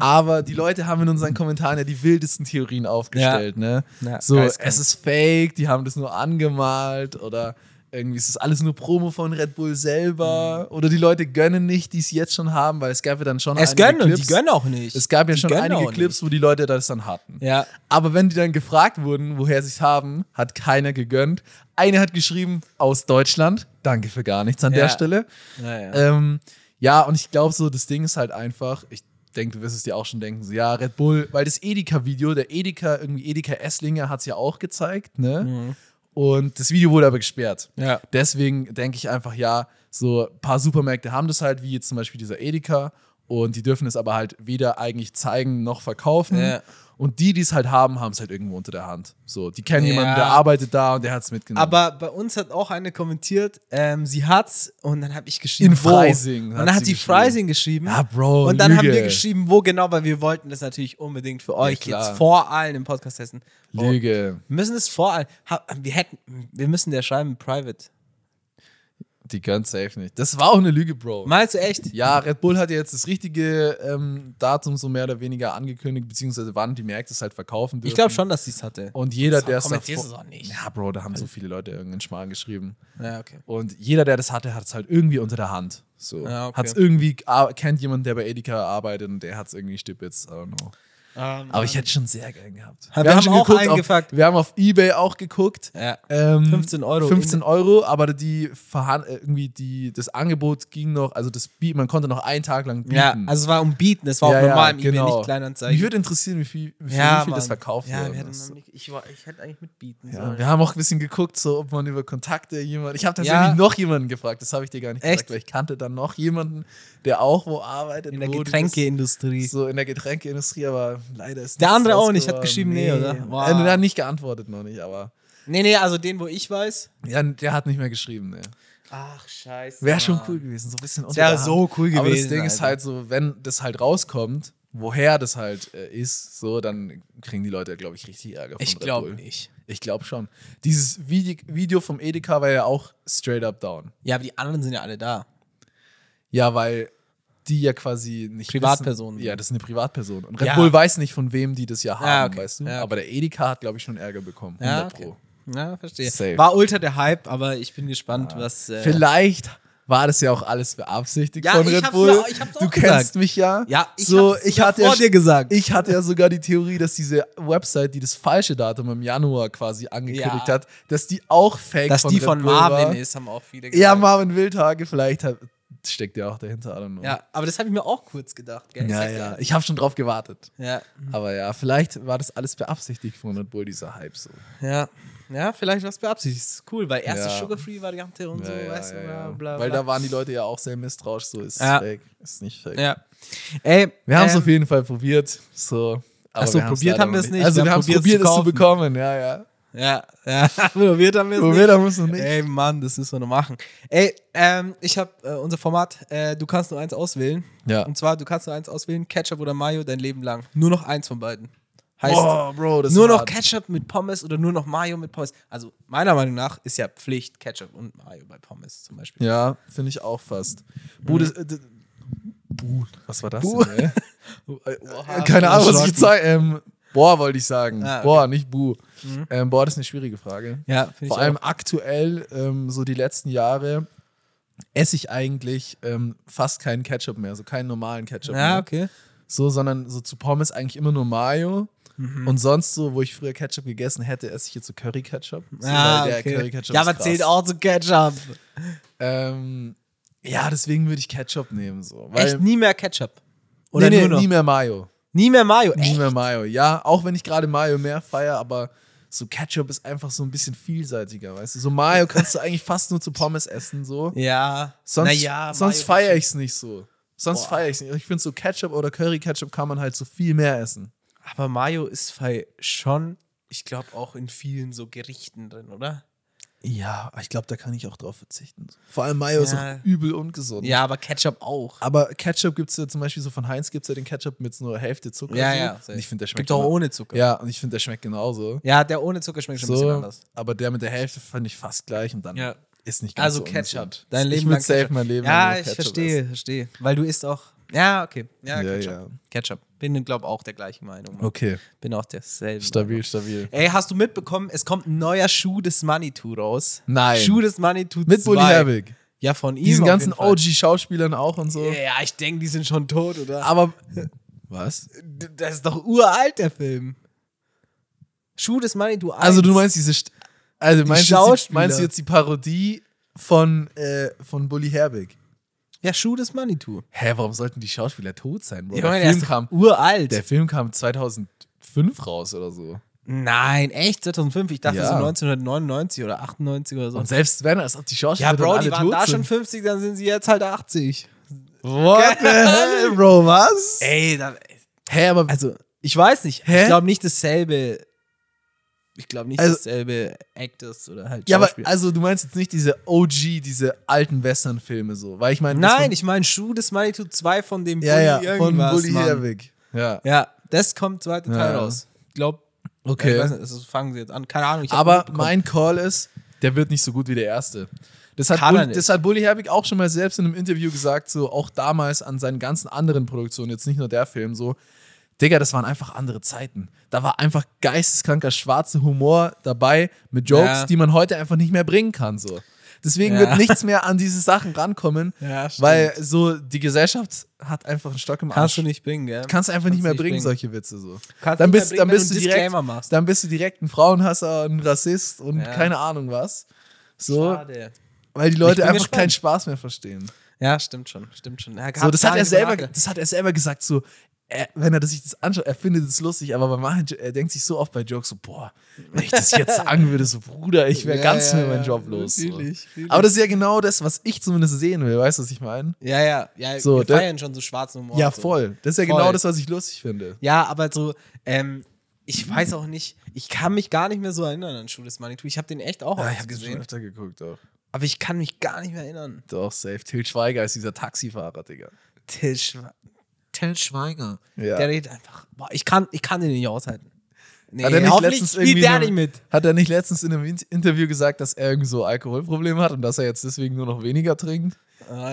Aber die Leute haben in unseren Kommentaren ja die wildesten Theorien aufgestellt, ne?
Ja,
so,
geistkrank.
es ist fake, die haben das nur angemalt oder irgendwie ist es alles nur Promo von Red Bull selber oder die Leute gönnen nicht, die es jetzt schon haben, weil es gab ja dann schon
Mhm. Es
einige
gönnen,
Clips.
die gönnen auch nicht.
Es gab ja
Die
schon
gönnen
einige
auch
Clips, wo die Leute das dann hatten.
Nicht. Ja.
Aber wenn die dann gefragt wurden, woher sie es haben, hat keiner gegönnt. Einer hat geschrieben, aus Deutschland. Danke für gar nichts an
Ja.
der Stelle.
Ja, ja.
Ähm, ja, und ich glaube so, das Ding ist halt einfach, ich denke, du wirst es dir auch schon denken, so, ja, Red Bull, weil das Edeka-Video, der Edeka, irgendwie Edeka Esslinger hat es ja auch gezeigt, ne? Und das Video wurde aber gesperrt.
Mhm. Ja.
Deswegen denke ich einfach, ja, so ein paar Supermärkte haben das halt, wie jetzt zum Beispiel dieser Edeka. Und die dürfen es aber halt weder eigentlich zeigen noch verkaufen.
Ja.
Und die, die es halt haben, haben es halt irgendwo unter der Hand. So, die kennen
Ja.
jemanden, der arbeitet da und der hat es mitgenommen.
Aber bei uns hat auch eine kommentiert, ähm, sie hat's und dann habe ich geschrieben,
In Freising
wo.
hat
und dann hat
sie
sie Freising geschrieben.
Ja, Bro,
Und dann haben
Lüge.
wir geschrieben, wo genau, weil wir wollten das natürlich unbedingt für euch
klar.
jetzt vor allen im Podcast testen. Bro,
Lüge.
Wir müssen es vor allen. ha- Wir hätten, wir müssen der schreiben private.
Die können safe nicht. Das war auch eine Lüge, Bro.
Meinst du echt?
Ja, Red Bull hat ja jetzt das richtige ähm, Datum so mehr oder weniger angekündigt, beziehungsweise wann die Märkte es halt verkaufen dürfen. Oh.
Ich glaube schon, dass sie es hatte.
Und jeder,
So,
der es
kommentierst
davor-
du es auch nicht. Also-
Ja, Bro, da haben so viele Leute irgendeinen Schmarrn geschrieben.
Ja, okay.
Und jeder, der das hatte, hat es halt irgendwie unter der Hand. So.
Ja, okay.
Hat es irgendwie, ah, kennt jemand, der bei Edeka arbeitet und der hat es irgendwie stibitz. I don't know. Aber ich hätte schon sehr gern gehabt.
Ja, wir haben auch
geguckt,
eingefuckt.
Auf, wir haben auf Ebay auch geguckt.
Ja.
Ähm,
15 Euro.
15 Euro, aber die Verhand äh, irgendwie die, das Angebot ging noch, also das Bi- man konnte noch einen Tag lang bieten. genau.
ja, also es war um Bieten, es war auch normal im E-Mail, nicht Kleinanzeigen.
Mich würde interessieren, wie viel, wie viel, wie viel das
Mann.
verkauft
ja,
worden
wir hätten
ist.
noch nicht, ich, war, ich hätte eigentlich mitbieten
Ja,
sollen.
wir haben auch ein bisschen geguckt, so ob man über Kontakte jemanden. Ich habe tatsächlich
Ja.
noch jemanden gefragt, das habe ich dir gar nicht
Echt?
gesagt, weil ich kannte dann noch jemanden, der auch wo arbeitet.
In der
wo die das-
Getränkeindustrie.
So in der Getränkeindustrie, aber leider ist
Der
nichts
andere auch
draus
nicht, hat
geworden.
geschrieben, nee, oder? Wow.
Äh, der hat nicht geantwortet noch nicht, aber
Nee, nee, also den, wo ich weiß.
ja, der hat nicht mehr geschrieben, ne.
Ach, scheiße.
Wäre schon cool gewesen, so ein bisschen unter
Ah. wär
der Hand.
so cool
Aber das
gewesen,
Ding ist
Alter.
halt so, wenn das halt rauskommt, woher das halt äh, ist, so, dann kriegen die Leute, glaube ich, richtig Ärger von
Ich
Red
glaube
Bull.
nicht.
Ich glaube schon. Dieses Vide Video vom Edeka war ja auch straight up down.
Ja, aber die anderen sind ja alle da.
Ja, weil die ja quasi nicht.
Privatpersonen.
Wissen, ja, das ist eine Privatperson. Und Red
Ja.
Bull weiß nicht, von wem die das ja haben,
Ja, okay.
weißt du?
Ja, okay.
Aber der Edeka hat, glaube ich, schon Ärger bekommen. 100
Ja, okay.
Pro.
Ja, verstehe.
Safe. Ah.
War ultra der Hype, aber ich bin gespannt, was. Äh,
Vielleicht war das ja auch alles beabsichtigt
Ja,
von
ich
Red
hab's
Bull.
mir auch- ich hab's
du
auch
kennst
gesagt.
mich ja.
Ja, ich
so,
hab's
ich
sogar
hatte
vor
ja,
dir gesagt.
Ich hatte ja sogar die Theorie, dass diese Website, die das falsche Datum im Januar quasi angekündigt
Ja.
hat, dass die auch fake
dass
von
die
Red
von
Bull war.
Marvin ist, haben auch viele gesagt.
Ja, Marvin Wildhage, vielleicht hat, steckt ja auch dahinter. I don't know.
Ja, aber das habe ich mir auch kurz gedacht. Gell? Ich
ja,
sag dir
ja. Ich habe schon drauf gewartet.
Ja,
Aber ja, vielleicht war das alles beabsichtigt von Red Bull, dieser Hype so.
ja. Ja, vielleicht was beabsichtigt. Ist Cool, weil erste
Ja.
Sugar-Free-Variante und so,
Ja, ja,
weißt du,
ja,
bla,
ja.
bla, bla.
Weil da waren die Leute ja auch sehr misstrauisch, so ist
Ja.
fake, ist nicht fake.
Ja. Ey,
Wir haben es
ähm,
auf jeden Fall probiert. So. Aber
Ach so,
haben's
probiert
leider
haben wir
noch
es nicht.
Also
Wir
wir
haben
haben es
probiert's
probiert,
zu
es zu
kaufen.
bekommen, ja, Äh, ja.
Ja, ja. Probiert haben wir es
Probiert haben wir es noch nicht.
Ey, Mann, das müssen wir noch machen. Ey, ähm, ich habe äh, unser Format, äh, du kannst nur eins auswählen.
Ja.
Und zwar, du kannst nur eins auswählen, Ketchup oder Mayo dein Leben lang. Nur noch eins von beiden. Heißt,
Boah, Bro, das
nur
ist
noch
hart.
Ketchup mit Pommes oder nur noch Mayo mit Pommes. Also meiner Meinung nach ist ja Pflicht Ketchup und Mayo bei Pommes zum Beispiel.
Ja, finde ich auch fast. Bude, äh, d- Buh, was war das
Buh.
denn, ey? Äh,
Oha,
Keine Ahnung, was ich
erschrocken.
jetzt sage. Ähm, boah, wollte ich sagen.
Ah, okay.
Boah, nicht Buh. Ähm, boah, das ist eine schwierige Frage.
Ja, finde ich
Vor allem aktuell, ähm, so die letzten Jahre, esse ich eigentlich ähm, fast keinen Ketchup mehr, so keinen normalen Ketchup
auch.
mehr.
Ja, Ah, okay.
So, sondern so zu Pommes eigentlich immer nur Mayo.
Mhm.
Und sonst so, wo ich früher Ketchup gegessen hätte, esse ich jetzt so Curry-Ketchup. So,
Ja,
weil
Ah, okay.
Curry-Ketchup
ja
ist
aber
krass.
zählt auch zu Ketchup.
Ähm, ja, deswegen würde ich Ketchup nehmen. So. Weil,
Echt nie mehr Ketchup. Oder
nee, nee,
nur noch.
nie mehr Mayo.
Nie mehr Mayo.
Nie
Echt?
mehr Mayo. Ja, auch wenn ich gerade Mayo mehr feiere, aber so Ketchup ist einfach so ein bisschen vielseitiger, weißt du? So Mayo kannst du eigentlich fast nur zu Pommes essen, so.
Ja.
Sonst,
naja,
sonst
Mayo-
feiere ich es nicht so. Sonst
Boah.
feiere ich es nicht. Ich finde, so Ketchup oder Curry-Ketchup kann man halt so viel mehr essen.
Aber Mayo ist halt schon, ich glaube, auch in vielen so Gerichten drin, oder?
Ja, ich glaube, da kann ich auch drauf verzichten. Vor allem Mayo ist
Ja.
auch übel ungesund.
Ja, aber Ketchup auch.
Aber Ketchup gibt es ja zum Beispiel so von Heinz gibt es ja den Ketchup mit nur Hälfte Zucker.
Ja,
so.
ja, safe.
Und ich finde, der schmeckt
Gibt auch
immer-
ohne Zucker.
Ja, und ich finde, der schmeckt genauso.
Ja, der ohne Zucker schmeckt schon ein bisschen
so,
anders.
aber der mit der Hälfte fand ich fast gleich und dann
Ja.
ist nicht ganz
Also
so
Ketchup.
ungesund.
Dein Leben
ich würd
lang
safe
Ketchup.
mein Leben lang
Ja,
nur
ich
Ketchup
verstehe,
essen.
verstehe. Weil du isst auch. Ja, okay. Ja,
Ja,
Ketchup.
ja.
Ketchup. Bin, glaube auch der gleichen Meinung. Mann.
Okay,
Bin auch derselben.
stabil,
Meinung.
stabil.
Ey, hast du mitbekommen, es kommt ein neuer Schuh des Manitou raus?
Nein.
Schuh des Manitou
Mit
2.
Bully Herbig.
Ja, von ihm.
Diesen
auf
ganzen
jeden Fall.
OG-Schauspielern auch und so.
Ja, ich denke, die sind schon tot, oder?
Aber. Was?
D- Das ist doch uralt, der Film. Schuh des Manitou 1.
Also, du meinst diese. St also, meinst du, jetzt, die-
Schauspieler.
meinst du jetzt die Parodie von, äh, von Bully Herbig?
Ja, Schuh des Manitou.
Hä, warum sollten die Schauspieler tot sein, Bro?
Ich
der,
meine, der
Film
ist
kam,
uralt.
der Film kam 2005 raus oder so.
Nein, echt? 2005? Ich dachte
Ja.
so 1999 oder 98 oder so.
Und selbst wenn, als ob die Schauspieler
ja,
dann
Bro, die
alle
waren
tot
da
sind.
schon 50, dann sind sie jetzt halt 80.
What the hell, Bro, was? Hä,
Ey, da,
aber
also ich weiß nicht.
Hä?
Ich glaube nicht dasselbe. Ich glaube nicht
Also-
dasselbe Actors oder halt.
Ja, aber
Schauspieler.
also du meinst jetzt nicht diese OG, diese alten Western-Filme so, weil ich meine. das
Nein,
von,
ich meine Schuh des Manitou 2 von dem
ja, ja,
Bulli
von
irgendwas,
Bully
Mann.
Herwig. Ja,
Ja, das kommt zweite Teil
Ja.
raus. Ich glaube, ich weiß
okay.
nicht, das fangen sie jetzt an. Keine Ahnung. Ich hab
Aber
mitbekommen.
mein Call ist, der wird nicht so gut wie der erste. Das hat,
Kann er
Bull,
nicht.
das hat Bully Herbig auch schon mal selbst in einem Interview gesagt, so auch damals an seinen ganzen anderen Produktionen, jetzt nicht nur der Film, so. Digga, das waren einfach andere Zeiten. Da war einfach geisteskranker schwarzer Humor dabei mit Jokes,
Ja.
die man heute einfach nicht mehr bringen kann, so. Deswegen
Ja.
wird nichts mehr an diese Sachen rankommen,
Ja, stimmt.
weil so die Gesellschaft hat einfach einen Stock im Arsch.
kannst du nicht bringen, gell?
kannst einfach nicht
kannst
mehr
nicht
bringen,
bringen.
solche Witze so.
Kannst
dann
nicht mehr
bist,
bringen,
dann
wenn
bist
du
du
einen
direkt,
Disclaimer machst.
dann bist du direkt ein Frauenhasser, ein Rassist und
Ja.
keine Ahnung was. So,
Schade.
weil die
Ich bin
Leute einfach
gespannt.
keinen Spaß mehr verstehen.
Ja, stimmt schon, stimmt schon. Ja,
So,
hab
das
gar
hat er
nicht
selber,
beachtet.
das hat er selber gesagt. So, er, wenn er das sich das anschaut, er findet es lustig, aber bei manchen, er denkt sich so oft bei Jokes so, boah, wenn ich das jetzt sagen würde, so Bruder, ich wäre
Ja,
ganz
ja,
schnell
ja.
meinen Job los. So.
Natürlich, natürlich.
Aber das ist ja genau das, was ich zumindest sehen will. Weißt du, was ich meine?
Ja, ja, ja.
So,
wir
der-
feiern schon so schwarzen Humor.
Ja,
und so.
voll. Das ist ja
Voll.
genau das, was ich lustig finde.
Ja, aber so, ähm, ich weiß auch nicht, ich kann mich gar nicht mehr so erinnern an Schuh des Manitou. Ich habe den echt auch
Ah,
oft
hab das schon
gesehen,
öfter geguckt auch.
aber ich kann mich gar nicht mehr erinnern.
Doch, safe. Til Schweiger ist dieser Taxifahrer, Digga.
Till, Schwe Till Schweiger.
Ja.
Der redet einfach. Boah, ich, kann, ich kann den nicht aushalten. Nee,
Hat er nicht
hoffentlich
letztens
spielt
irgendwie
der
nur-
nicht mit.
Hat er nicht letztens in einem In- Interview gesagt, dass er irgendwie so Alkoholprobleme hat und dass er jetzt deswegen nur noch weniger trinkt?
Ah,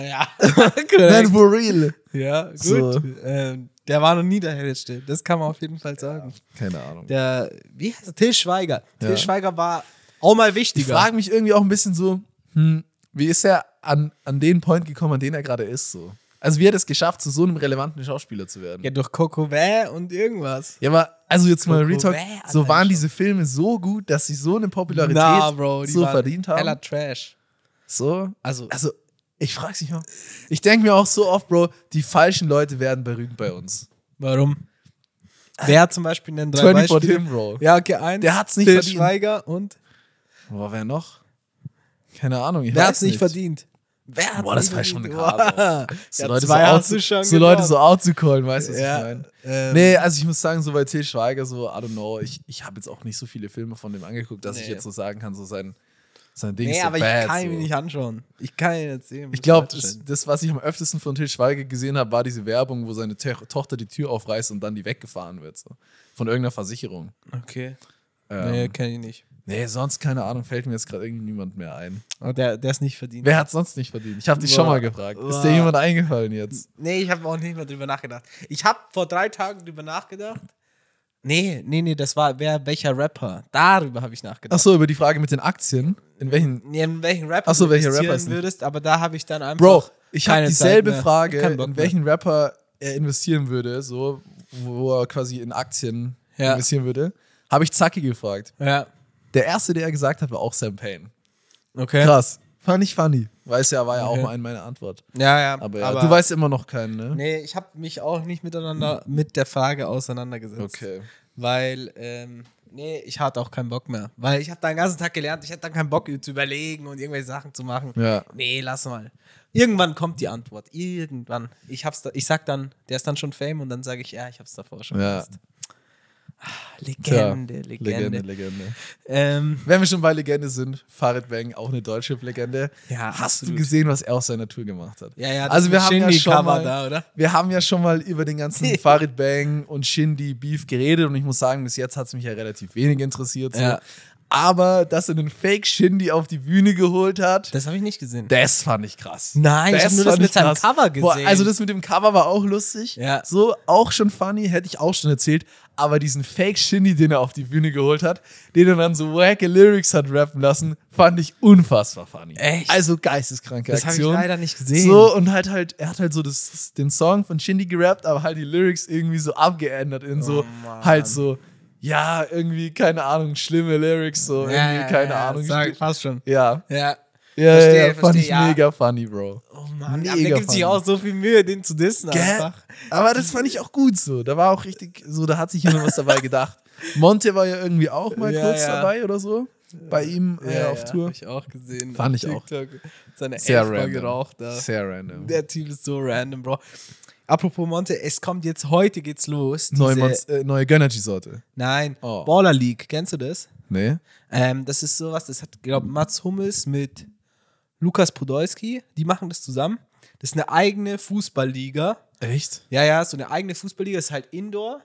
ja,
Nein,
korrekt.
for real.
Ja, gut.
So.
Ähm, der war noch nie der Hellste. Das kann man auf jeden Fall sagen.
Keine Ahnung.
Der, wie heißt er? Till Schweiger.
Ja.
Till Schweiger war auch mal
Ich
wichtiger.
frage mich irgendwie auch ein bisschen so, hm, wie ist er an, an den Point gekommen, an den er gerade ist? So? Also wie hat er es geschafft, zu so einem relevanten Schauspieler zu werden?
ja, durch Coco Vä und irgendwas.
Ja, aber also jetzt mal
Coco
Retalk,
Vä allein
so waren
schon.
diese Filme so gut, dass sie so eine Popularität
Na, Bro, die
so
waren
verdient haben.
Heller Trash.
So,
Also,
Also, ich frage mich mal. Ich denke mir auch so oft, Bro, die falschen Leute werden berühmt bei uns.
warum? Wer zum Beispiel in den drei
24
Beispiele?
Tim, Bro.
Ja, okay, eins.
Der hat's nicht
Till
verdient.
Schweiger und
Boah, wer noch? Keine Ahnung. Ich
wer
weiß
hat's nicht, verdient? Wer hat's
Boah, das
nicht
war schon
verdient?
eine Karte.
Wow.
So,
ja,
Leute,
zwei
so
hast
outzu-
du schon
so Leute
gewonnen.
so out zu callen, weißt du, was ich
Ja,
meine?
ähm,
nee, also ich muss sagen, so bei Till Schweiger, so, I don't know, ich, ich habe jetzt auch nicht so viele Filme von dem angeguckt, dass ich
Nee.
jetzt so sagen kann, so sein, sein Ding ist
Nee,
so
aber
bad,
ich kann ihn
so.
mir nicht anschauen. Ich kann ihn jetzt sehen.
Ich glaube, das, das, was ich am öftesten von Til Schweiger gesehen habe, war diese Werbung, wo seine Te Tochter die Tür aufreißt und dann die weggefahren wird. So. Von irgendeiner Versicherung.
Okay.
Ähm,
Nee,
nee.
kenne ich nicht.
sonst keine Ahnung, fällt mir jetzt gerade irgendwie niemand mehr ein.
Aber der, der ist nicht verdient.
Wer hat sonst nicht verdient? Ich habe dich
Boah.
schon mal gefragt. Ist dir
Boah.
jemand eingefallen jetzt?
Nee, ich habe auch nicht mehr drüber nachgedacht. Ich habe vor drei Tagen drüber nachgedacht. Nee, nee, nee, das war wer, welcher Rapper. Darüber habe ich nachgedacht.
Achso, über die Frage mit den Aktien. In welchen.
Nee, in welchen Rapper
Ach so,
du
welcher
investieren
Rapper ist nicht-
würdest, aber da habe ich dann einfach.
Bro, ich habe
keine Zeit
dieselbe
mehr.
Frage,
Kein Bock
in welchen Rapper er investieren würde, so, wo er quasi in Aktien
Ja.
investieren würde, habe ich Zacki gefragt.
Mehr. Ja,
Der erste, der gesagt hat, war auch Sam Payne.
okay.
Krass. Fand ich Äh, funny. Weiß ja, war ja
Okay.
auch eine meiner Antwort.
Ja, ja.
Aber, ja, du weißt immer noch keinen, ne?
Nee, ich habe mich auch nicht miteinander mit der Frage auseinandergesetzt. Weil, ähm, nee, ich hatte auch keinen Bock mehr. Weil ich habe da den ganzen Tag gelernt, ich hatte dann keinen Bock zu überlegen und irgendwelche Sachen zu machen.
Ja.
Nee, lass mal. Irgendwann kommt die Antwort. Irgendwann. Ich hab's da, ich sag dann, der ist dann schon Fame und dann sage ich, ja, ich hab's davor schon
Ja.
gewusst. Ah,
Tja.
Legende, Legende.
Legende, Legende.
Ähm,
Wenn wir schon bei Legende sind, Farid Bang, auch eine deutsche Legende.
Ja,
Hast
absolut.
du gesehen, was er auf seiner Tour gemacht hat?
ja, ja, das
also wir
mit
haben ja
Shindy
schon
Cover
mal,
da, oder?
wir haben ja schon mal über den ganzen Farid Bang und Shindy Beef geredet und ich muss sagen, bis jetzt hat es mich ja relativ wenig interessiert. So.
Ja.
Aber dass er den Fake Shindy auf die Bühne geholt hat,
Das habe ich nicht gesehen.
Das fand ich krass.
Nein, ich
Das
hab nur das
fand
mit
ich
seinem
krass.
Cover gesehen.
also das mit dem Cover war auch lustig.
Ja.
So, auch schon funny, hätte ich auch schon erzählt. Aber diesen Fake-Shindy, den er auf die Bühne geholt hat, den er dann so wacke Lyrics hat rappen lassen, fand ich unfassbar funny.
Echt?
Also geisteskranke
Das hab ich
Aktion.
leider nicht gesehen.
So, und halt halt, er hat halt so das, den Song von Shindy gerappt, aber halt die Lyrics irgendwie so abgeändert in so,
Oh Mann.
halt so, ja, irgendwie, keine Ahnung, schlimme Lyrics, so, irgendwie, keine Ahnung.
Sag, fast schon.
Ja.
Ja.
Ja,
Verstehe,
ja, ja, fand
verstehe,
ich
ja.
mega funny, Bro.
Oh Mann,
Mega
aber der gibt sich
funny.
auch so viel Mühe, den zu dissen
Gell?
einfach.
Aber das fand ich auch gut so. Da war auch richtig, so, da hat sich jemand was dabei gedacht. Monte war ja irgendwie auch mal
Ja,
kurz
ja.
dabei oder so. bei ihm äh,
Ja,
auf
ja,
Tour.
Hab ich auch gesehen.
Fand
auf
ich auch.
TikTok. Seine
Sehr
Sehr Mal
random.
geraucht da.
Sehr random.
Der Typ ist so random, Bro. Apropos Monte, es kommt jetzt heute geht's los. Diese,
Neue, Monst- äh, neue Gönnergy-Sorte.
nein,
Oh.
Baller League, kennst du das?
Nee?
Ähm, das ist sowas, das hat, glaube Mats Hummels mit Lukas Podolski, die machen das zusammen. Das ist eine eigene Fußballliga.
Echt?
Ja, ja, so eine eigene Fußballliga ist halt Indoor.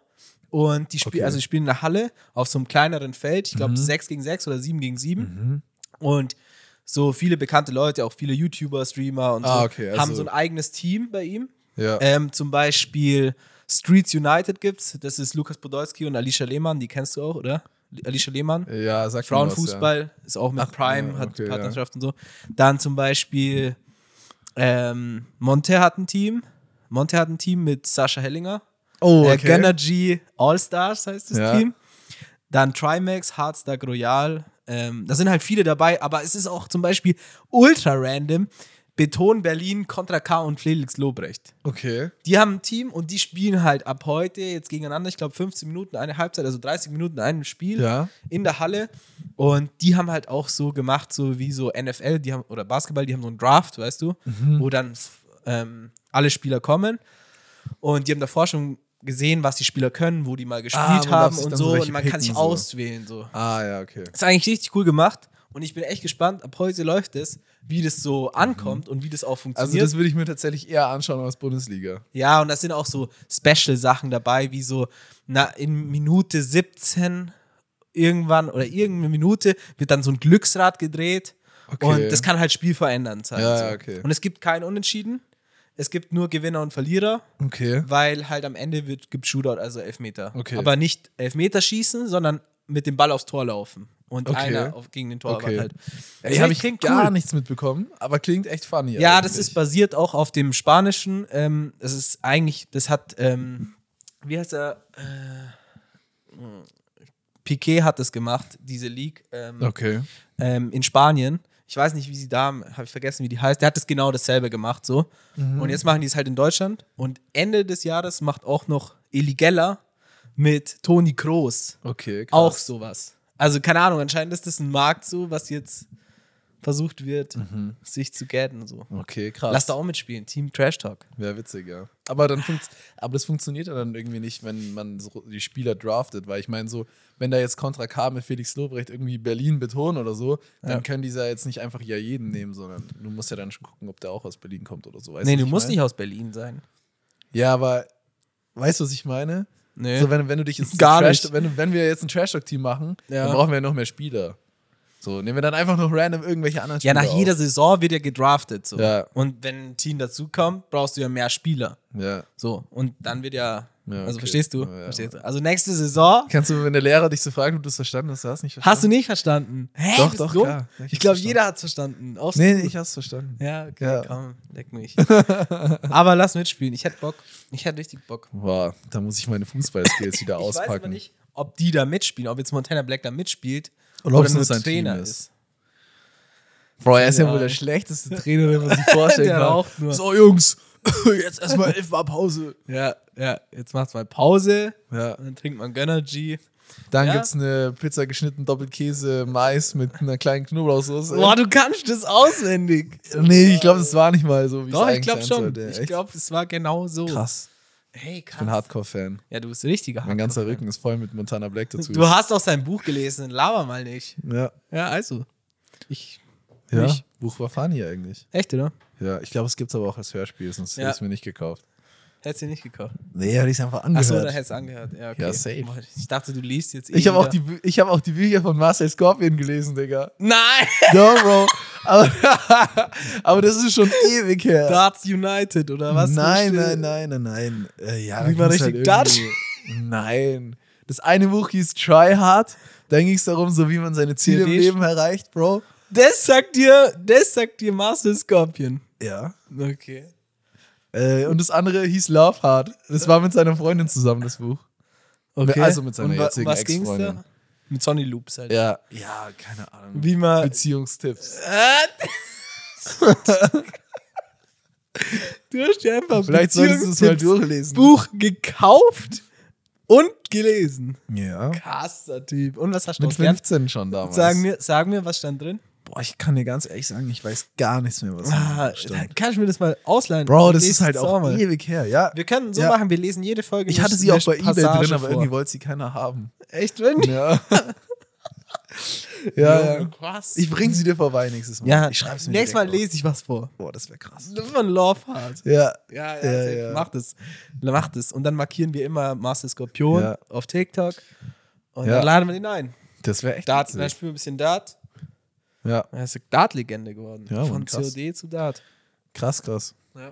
Und die, spiel
Okay. Mhm.
also die spielen in der Halle auf so einem kleineren Feld, ich glaube 6 gegen 6 oder 7 gegen 7. Und so viele bekannte Leute, auch viele YouTuber, Streamer und
Ah,
so,
okay,
haben
also-
so ein eigenes Team bei ihm.
Ja.
Ähm, zum Beispiel Streets United gibt's. Das ist Lukas Podolski und Alicia Lehmann, die kennst du auch, oder? Alicia Lehmann.
ja, sag mir was,
Frauenfußball ist auch mit Prime,
ja,
hat
okay,
Partnerschaft und so. Dann zum Beispiel ähm, Monte hat ein Team. Monte hat ein Team mit Sascha Hellinger.
Ja. Oh,
Äh,
okay.
Gönnergy All-Stars heißt das
Ja.
Team. Dann Trimax, Hardstack Royal. Ähm, da sind halt viele dabei, aber es ist auch zum Beispiel ultra random. Beton Berlin kontra K und Felix Lobrecht.
Okay.
Die haben ein Team und die spielen halt ab heute jetzt gegeneinander. Ich glaube, 15 Minuten eine Halbzeit, also 30 Minuten ein Spiel
Ja.
in der Halle. Und die haben halt auch so gemacht, so wie so NFL, die haben, oder Basketball, die haben so einen Draft, weißt du,
Mhm.
wo dann f- ähm, alle Spieler kommen. Und die haben davor schon gesehen, was die Spieler können, wo die mal
Ah,
gespielt
man darf
haben
sich
und
dann so
so.
welche
und man kann
picken,
sich
so.
auswählen. So.
Ah, ja, okay.
Ist eigentlich richtig cool gemacht. Und ich bin echt gespannt, ab heute läuft es, wie das so ankommt und wie das auch
Also,
funktioniert.
das würde ich mir tatsächlich eher anschauen als Bundesliga.
Ja, und da sind auch so Special-Sachen dabei, wie so na, in Minute 17 irgendwann oder irgendeine Minute wird dann so ein Glücksrad gedreht.
Okay.
Und das kann halt spielverändernd sein.
Ja,
so.
ja, okay.
Und es gibt kein Unentschieden. Es gibt nur Gewinner und Verlierer,
Okay.
weil halt am Ende wird, gibt Shootout, also Elfmeter.
Okay.
Aber nicht Elfmeter schießen, sondern mit dem Ball aufs Tor laufen. Und
Okay.
einer auf, gegen den Torwart
Okay.
halt.
Ey,
Das
habe ich
klingt
gar nichts mitbekommen, aber klingt echt funny.
ja, das
eigentlich.
ist basiert auch auf dem Spanischen. Ähm, das ist eigentlich, das hat, ähm, wie heißt er? Äh, Piquet hat das gemacht, diese League ähm,
Okay.
ähm, in Spanien. Ich weiß nicht, wie sie da, habe ich vergessen, wie die heißt. Der hat das genau dasselbe gemacht, so.
Mhm.
Und jetzt machen die es halt in Deutschland. Und Ende des Jahres macht auch noch Eli Geller mit Toni Kroos
Okay, krass.
auch sowas. Also keine Ahnung, anscheinend ist das ein Markt so, was jetzt versucht wird,
Mhm.
sich zu gelten so.
Okay, krass.
Lass da auch mitspielen, Team Trash Talk.
Wäre witziger. Aber dann funkt, aber das funktioniert ja dann irgendwie nicht, wenn man so die Spieler draftet, weil ich meine, so, wenn da jetzt Kontra K mit Felix Lobrecht irgendwie Berlin betonen oder so, dann
Ja.
können die ja jetzt nicht einfach ja jeden nehmen, sondern du musst ja dann schon gucken, ob der auch aus Berlin kommt oder so. Weißt
nee,
was
du
ich
musst
mein?
nicht aus Berlin sein.
Ja, aber weißt du, was ich meine?
Nee.
So, wenn, wenn du dich jetzt
Gar
Trash,
nicht.
Wenn, wenn wir jetzt ein Trash-Talk-Team machen,
Ja.
dann brauchen wir ja noch mehr Spieler. So, nehmen wir dann einfach noch random irgendwelche anderen
ja,
Spieler.
nach jeder
auf.
Saison wird ja gedraftet so.
Ja.
Und wenn ein Team dazukommt, brauchst du ja mehr Spieler.
Ja.
So, und dann wird ja,
Ja,
also
okay.
verstehst du?
Ja, ja.
verstehst du? Also nächste Saison
Kannst du, wenn der Lehrer dich so fragt, ob du es verstanden hast, hast du nicht verstanden?
hast du nicht verstanden. Hä?
Doch,
Bist
doch,
dumm?
klar. Ich hab's
Ich glaube,
verstanden.
jeder hat's verstanden. Auch
Nee,
du.
nee, ich hab's verstanden.
Ja, okay,
Ja.
komm, leck mich. aber lass mitspielen. Ich hätte Bock. Ich hätte richtig Bock.
Boah, da muss ich meine Fußballskills wieder
Ich weiß aber
auspacken.
nicht, ob die da mitspielen, ob jetzt Montana Black da mitspielt
Oder ob es nur sein Team ist. Bro, er ist ja,
Ja.
wohl der schlechteste Trainer, den man sich vorstellen
Der
kann.
raucht nur.
So, Jungs, jetzt erstmal elfmal Pause.
Ja, ja, jetzt macht's mal Pause
Ja.
und dann trinkt man Gönnergy.
Dann
Ja.
gibt's eine Pizza geschnitten, Doppelkäse, Mais mit einer kleinen Knoblauchsoße.
Boah, du kannst das auswendig.
nee, ich glaube, das war nicht mal so, wie es
Doch, ich
eigentlich
glaube
sein
schon.
sollte.
Ich
Echt
glaube, es war genau so.
krass.
Hey,
Ich bin
krass.
Hardcore-Fan.
Ja, du bist ein richtiger
Mein ganzer
Hardcore-Fan.
Rücken ist voll mit Montana Black dazu.
Du hast auch sein Buch gelesen, laber mal nicht.
ja.
Ja, also. Ich.
Ja.
Ich-
Buch war funny eigentlich.
Echt, oder?
Ja, ich glaube, es gibt's aber auch als Hörspiel, sonst
Ja.
hätte ich es mir nicht gekauft.
Hättest du nicht gekauft.
Nee, hätte ich es einfach angehört.
Achso, da hättest du angehört. Ja, okay.
Ja, safe.
Boah, Ich dachte, du liest jetzt eh
Ich habe auch,
wieder.
die Bü- ich hab auch die Bücher von Marcel Scorpion gelesen, Digga.
Nein!
No, Bro. Aber, aber das ist schon ewig her.
Darts United oder was?
nein,
Wo
nein,
steht-
nein, nein, nein. Äh, ja,
Wie
da
man
ging's
richtig
irgendwie- Nein. Das eine Buch hieß Try Hard. Dann ging es darum, so wie man seine Ziele im
Theoretisch.
Leben erreicht, Bro.
Das sagt dir, das sagt dir Master Scorpion.
Ja.
Okay.
Äh, und das andere hieß Love Hard. Das war mit seiner Freundin zusammen, das Buch.
okay.
Also mit seiner
wa-
jetzigen
was ging's
Ex-Freundin.
da? Mit Sonny Loops halt.
Ja. Ja, keine Ahnung.
Wie man.
Beziehungstipps.
Äh? du hast dir einfach
Vielleicht solltest du es mal
Beziehungstipps-
durchlesen.
Buch gekauft und gelesen.
Ja.
Äh, Krasser Typ. Und was hast du
Mit
draus gelernt?
15 schon damals.
Sag mir, sag mir, was stand drin?
Boah, ich kann dir ganz ehrlich sagen, ich weiß gar nichts mehr, was
Ah,
da stand.
kann ich mir das mal ausleihen?
Bro,
Ich
das
lese
ist halt
das
auch
mal.
ewig her, ja.
Wir können so
Ja.
machen, wir lesen jede Folge.
Ich
eine-
hatte sie auch
eine
bei eBay drin,
Passage
aber
vor.
irgendwie wollte sie keiner haben.
Echt drin?
Ja. ja, ja.
Krass.
Ich bring sie dir vorbei nächstes Mal.
ja,
ich schreib's mir
Nächstes Mal
direkt auf.
lese ich was vor.
Boah, das wäre krass.
Das ist ein Love Heart.
Ja.
Ja, ja,
Ja,
safe.
ja.
Macht es. Macht es. Und dann markieren wir immer Master Skorpion
Ja.
auf TikTok. Und
Ja.
dann laden wir den ein.
Das wäre echt
Dart, dann
witzig.
spielen wir ein bisschen Dart.
Ja.
Er ist eine Dart-Legende geworden.
Ja,
Von
Mann, krass.
COD zu Dart.
Krass, krass.
Ja.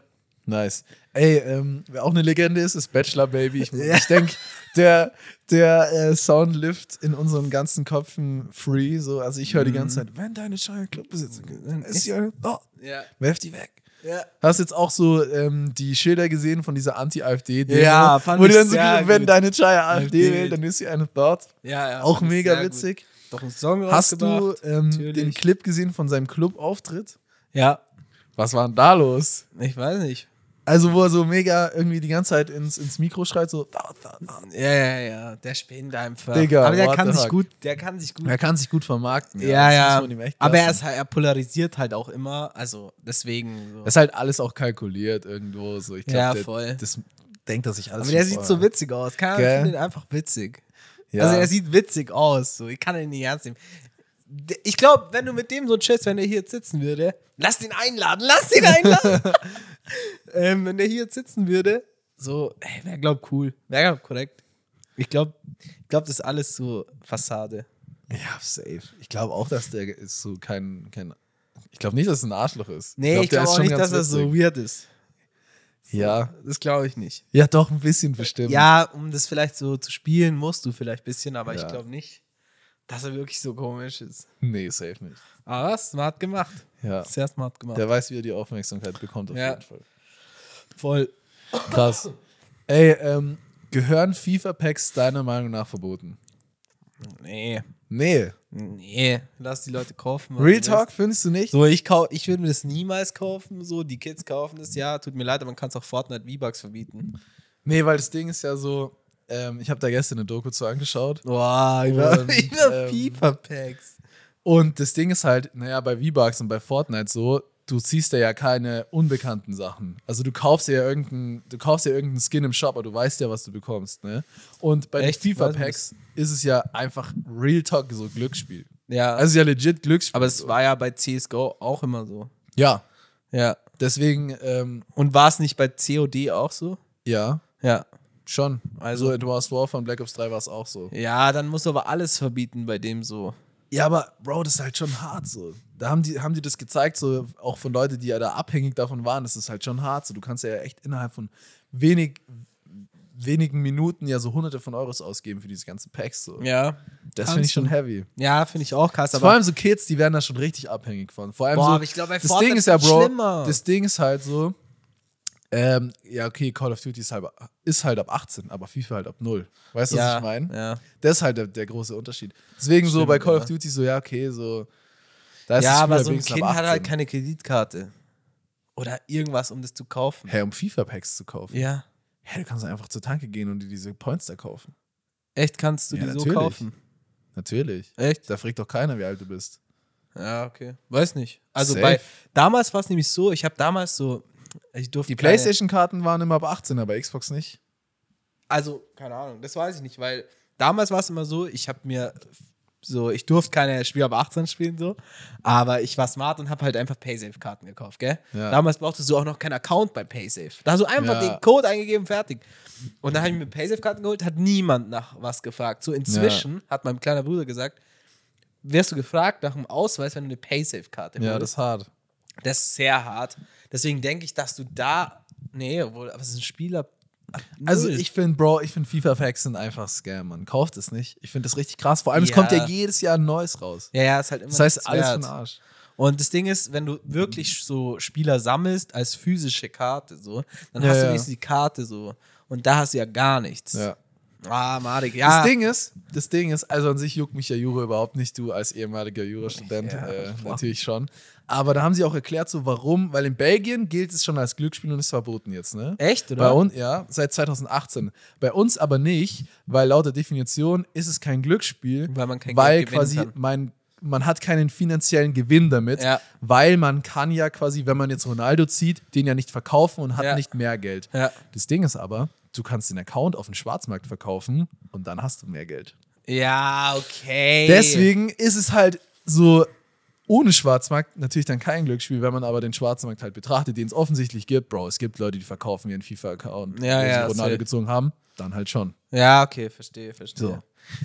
Nice. Ey, ähm, wer auch eine Legende ist, ist Bachelor Baby. Ich, ich denke, der, der äh, Sound lift in unseren ganzen Köpfen free. So. Also ich höre die ganze
Mhm.
Zeit, wenn deine Scheine Clubbesitzer dann ist sie eine- oh,
Ja.
werf die weg.
Ja.
Hast jetzt auch so ähm, die Schilder gesehen von dieser Anti-AfD-Demo?
Ja, fand
Wo die
ich
dann so,
sehr
wenn
gut.
deine Chaya AfD
Wild.
wählt, dann ist sie eine Thought.
Ja, ja.
Auch
fand ich
mega
sehr gut.
witzig.
Doch einen Song
Hast du
rausgebracht,
ähm, den
natürlich.
Clip gesehen von seinem Club-Auftritt?
Ja,
Was war denn da los?
ich weiß nicht.
Also, wo er so mega irgendwie die ganze Zeit ins, ins Mikro schreit, so. "Da, da, da."
Ja, ja, ja. Der spinnt einfach.
Digga,
Aber der
what
kann
the
sich
fuck.
gut, der kann sich gut
Er kann sich gut vermarkten.
Ja,
das
ja.
muss man ihm echt
Aber er,
lassen.
ist, halt- er polarisiert halt auch immer. Also deswegen. So.
Das ist halt alles auch kalkuliert irgendwo. So. Ich glaub,
Ja,
der,
voll.
Das denkt er sich alles.
Aber der
schon
sieht
vorher
so witzig aus. Keine Ahnung, ich
Gell?
finde ihn einfach witzig.
an. Ja.
Also er sieht witzig aus. So. Ich kann ihn nicht ernst nehmen. D- Ich glaube, wenn du mit dem so chillst, wenn er hier jetzt sitzen würde, lass den einladen, lass den einladen. ähm, wenn der hier jetzt sitzen würde, so, ey, wäre, glaub cool. Wäre, glaub korrekt. Ich glaube, ich glaub, das ist alles so Fassade.
ja, safe. Ich glaube auch, dass der ist so kein. kein ich glaube nicht, dass es ein Arschloch ist.
Nee,
der ist
ich glaube glaub auch
schon
nicht, dass
ganz
er so
witzig.
weird ist.
Ja. Ähm.
Das glaube ich nicht.
ja, doch, ein bisschen bestimmt.
Ja, um das vielleicht so zu spielen, musst du vielleicht ein bisschen, aber
Ja.
ich glaube nicht, dass er wirklich so komisch ist.
Nee, safe nicht.
Aber smart gemacht.
Ja.
Sehr smart gemacht.
Der weiß, wie er die Aufmerksamkeit bekommt, auf
Ja.
jeden Fall.
Voll.
Krass. Ey, ähm, gehören FIFA-Packs deiner Meinung nach verboten?
Nee.
Nee.
Nee. Lass die Leute kaufen. was
Real
du
Talk
willst.
findest du nicht?
So, ich, kau- ich würde mir das niemals kaufen. So, die Kids kaufen das, ja. Tut mir leid, aber man kann es auch Fortnite V-Bucks verbieten.
Nee, weil das Ding ist ja so, ähm, ich habe da gestern eine Doku zu angeschaut.
Wow, über,
Und,
über
ähm,
FIFA-Packs.
Und das Ding ist halt, naja, bei V-Bucks und bei Fortnite so, du ziehst ja, ja keine unbekannten Sachen. Also du kaufst dir ja irgendeinen, du kaufst dir irgendeinen Skin im Shop, aber du weißt ja, was du bekommst, ne? Und bei
Echt?
den
Weiß
FIFA-Packs ist es ja einfach Real Talk, so Glücksspiel.
Ja.
Also es ist ja legit Glücksspiel.
aber es war ja bei CSGO auch immer so.
ja,
Ja.
deswegen, ähm,
Und war es nicht bei COD auch so?
ja,
Ja.
schon.
Also-
Also Advanced War von Black Ops 3 war es auch so.
Ja, dann musst du aber alles verbieten bei dem so.
Ja, aber Bro, das ist halt schon hart so. Da haben die, haben die das gezeigt, so auch von Leuten, die ja da abhängig davon waren, das ist halt schon hart so. Du kannst ja echt innerhalb von wenig, wenigen Minuten ja so hunderte von Euros ausgeben für diese ganzen Packs. So.
Ja.
das
kannst
finde ich schon
du.
heavy.
Ja, finde ich auch krass,
Vor
aber
allem so Kids, die werden da schon richtig abhängig von. Vor allem
Boah,
so,
aber ich glaub, bei
das
Fortnite
Ding ist ja,
wird's
Bro,
schlimmer.
das Ding ist halt so, ähm, ja, okay, Call of Duty ist halt, ist halt ab 18, aber FIFA halt ab 0. Weißt du, was
ja,
ich meine?
ja.
Das ist halt der, der große Unterschied. Deswegen so
Stimmt,
bei Call of
ja.
Duty so, ja, okay, so. Da
ja
das
aber
Spiel
so ein
wenigstens
Kind
ab
hat halt
18.
keine Kreditkarte. Oder irgendwas, um das zu kaufen.
Hä, um FIFA-Packs zu kaufen.
Ja.
Hä, du kannst einfach zur Tanke gehen und dir diese Points da kaufen.
Echt kannst du
Ja,
die so
natürlich.
kaufen?
Natürlich.
Echt?
Da fragt doch keiner, wie alt du bist.
Ja, okay. Weiß nicht. Also
Safe.
bei damals war es nämlich so, ich habe damals so ich durfte
Die
keine-
PlayStation-Karten waren immer ab 18, aber Xbox nicht.
Also, keine Ahnung, das weiß ich nicht, weil damals war es immer so, ich habe mir so, ich durfte keine Spiele ab 18 spielen, so, aber ich war smart und habe halt einfach Paysafe-Karten gekauft, gell?
Ja.
Damals brauchtest du auch noch keinen Account bei Paysafe. Da hast du einfach
Ja.
den Code eingegeben, fertig. Und dann habe ich mir Paysafe-Karten geholt, hat niemand nach was gefragt. So inzwischen hat mein kleiner Bruder gesagt, wirst du gefragt nach dem Ausweis, wenn du eine Paysafe-Karte
Ja,
holst.
das ist hart.
Das ist sehr hart. Deswegen denke ich, dass du da, nee, obwohl, aber es ist ein Spieler.
Also
Null.
ich finde, Bro, ich finde FIFA-Packs sind einfach Scam, man. Kauft es nicht. Ich finde das richtig krass. Vor allem, es
Ja.
kommt ja jedes Jahr ein neues raus.
Ja, ja, ist halt immer
Das heißt,
nichts
alles
wert.
von Arsch.
Und das Ding ist, wenn du wirklich so Spieler sammelst als physische Karte, so, dann
Ja,
hast du
ja.
wenigstens die Karte so. Und da hast du ja gar nichts.
Ja.
Ah, madig. Ja.
Das Ding ist, das Ding ist, also an sich juckt mich ja Jura überhaupt nicht, du als ehemaliger Jurastudent
Ja,
äh,
boah.
natürlich schon. Aber da haben sie auch erklärt, so warum, weil in Belgien gilt es schon als Glücksspiel und ist verboten jetzt, ne?
Echt, oder?
Bei uns, ja, seit 2018. Bei uns aber nicht, weil laut der Definition ist es kein Glücksspiel,
Weil man kein
weil
Geld gewinnen
quasi
kann.
mein man hat keinen finanziellen Gewinn damit,
Ja.
weil man kann ja quasi, wenn man jetzt Ronaldo zieht, den ja nicht verkaufen und hat
Ja.
nicht mehr Geld.
Ja.
Das Ding ist aber, du kannst den Account auf dem Schwarzmarkt verkaufen und dann hast du mehr Geld.
Ja, okay.
Deswegen ist es halt so ohne Schwarzmarkt natürlich dann kein Glücksspiel, wenn man aber den Schwarzmarkt halt betrachtet, den es offensichtlich gibt. Bro, es gibt Leute, die verkaufen ihren FIFA-Account,
Ja,
wenn
ja,
sie Ronaldo
safe.
gezogen haben, dann halt schon.
Ja, okay, verstehe, verstehe.
So.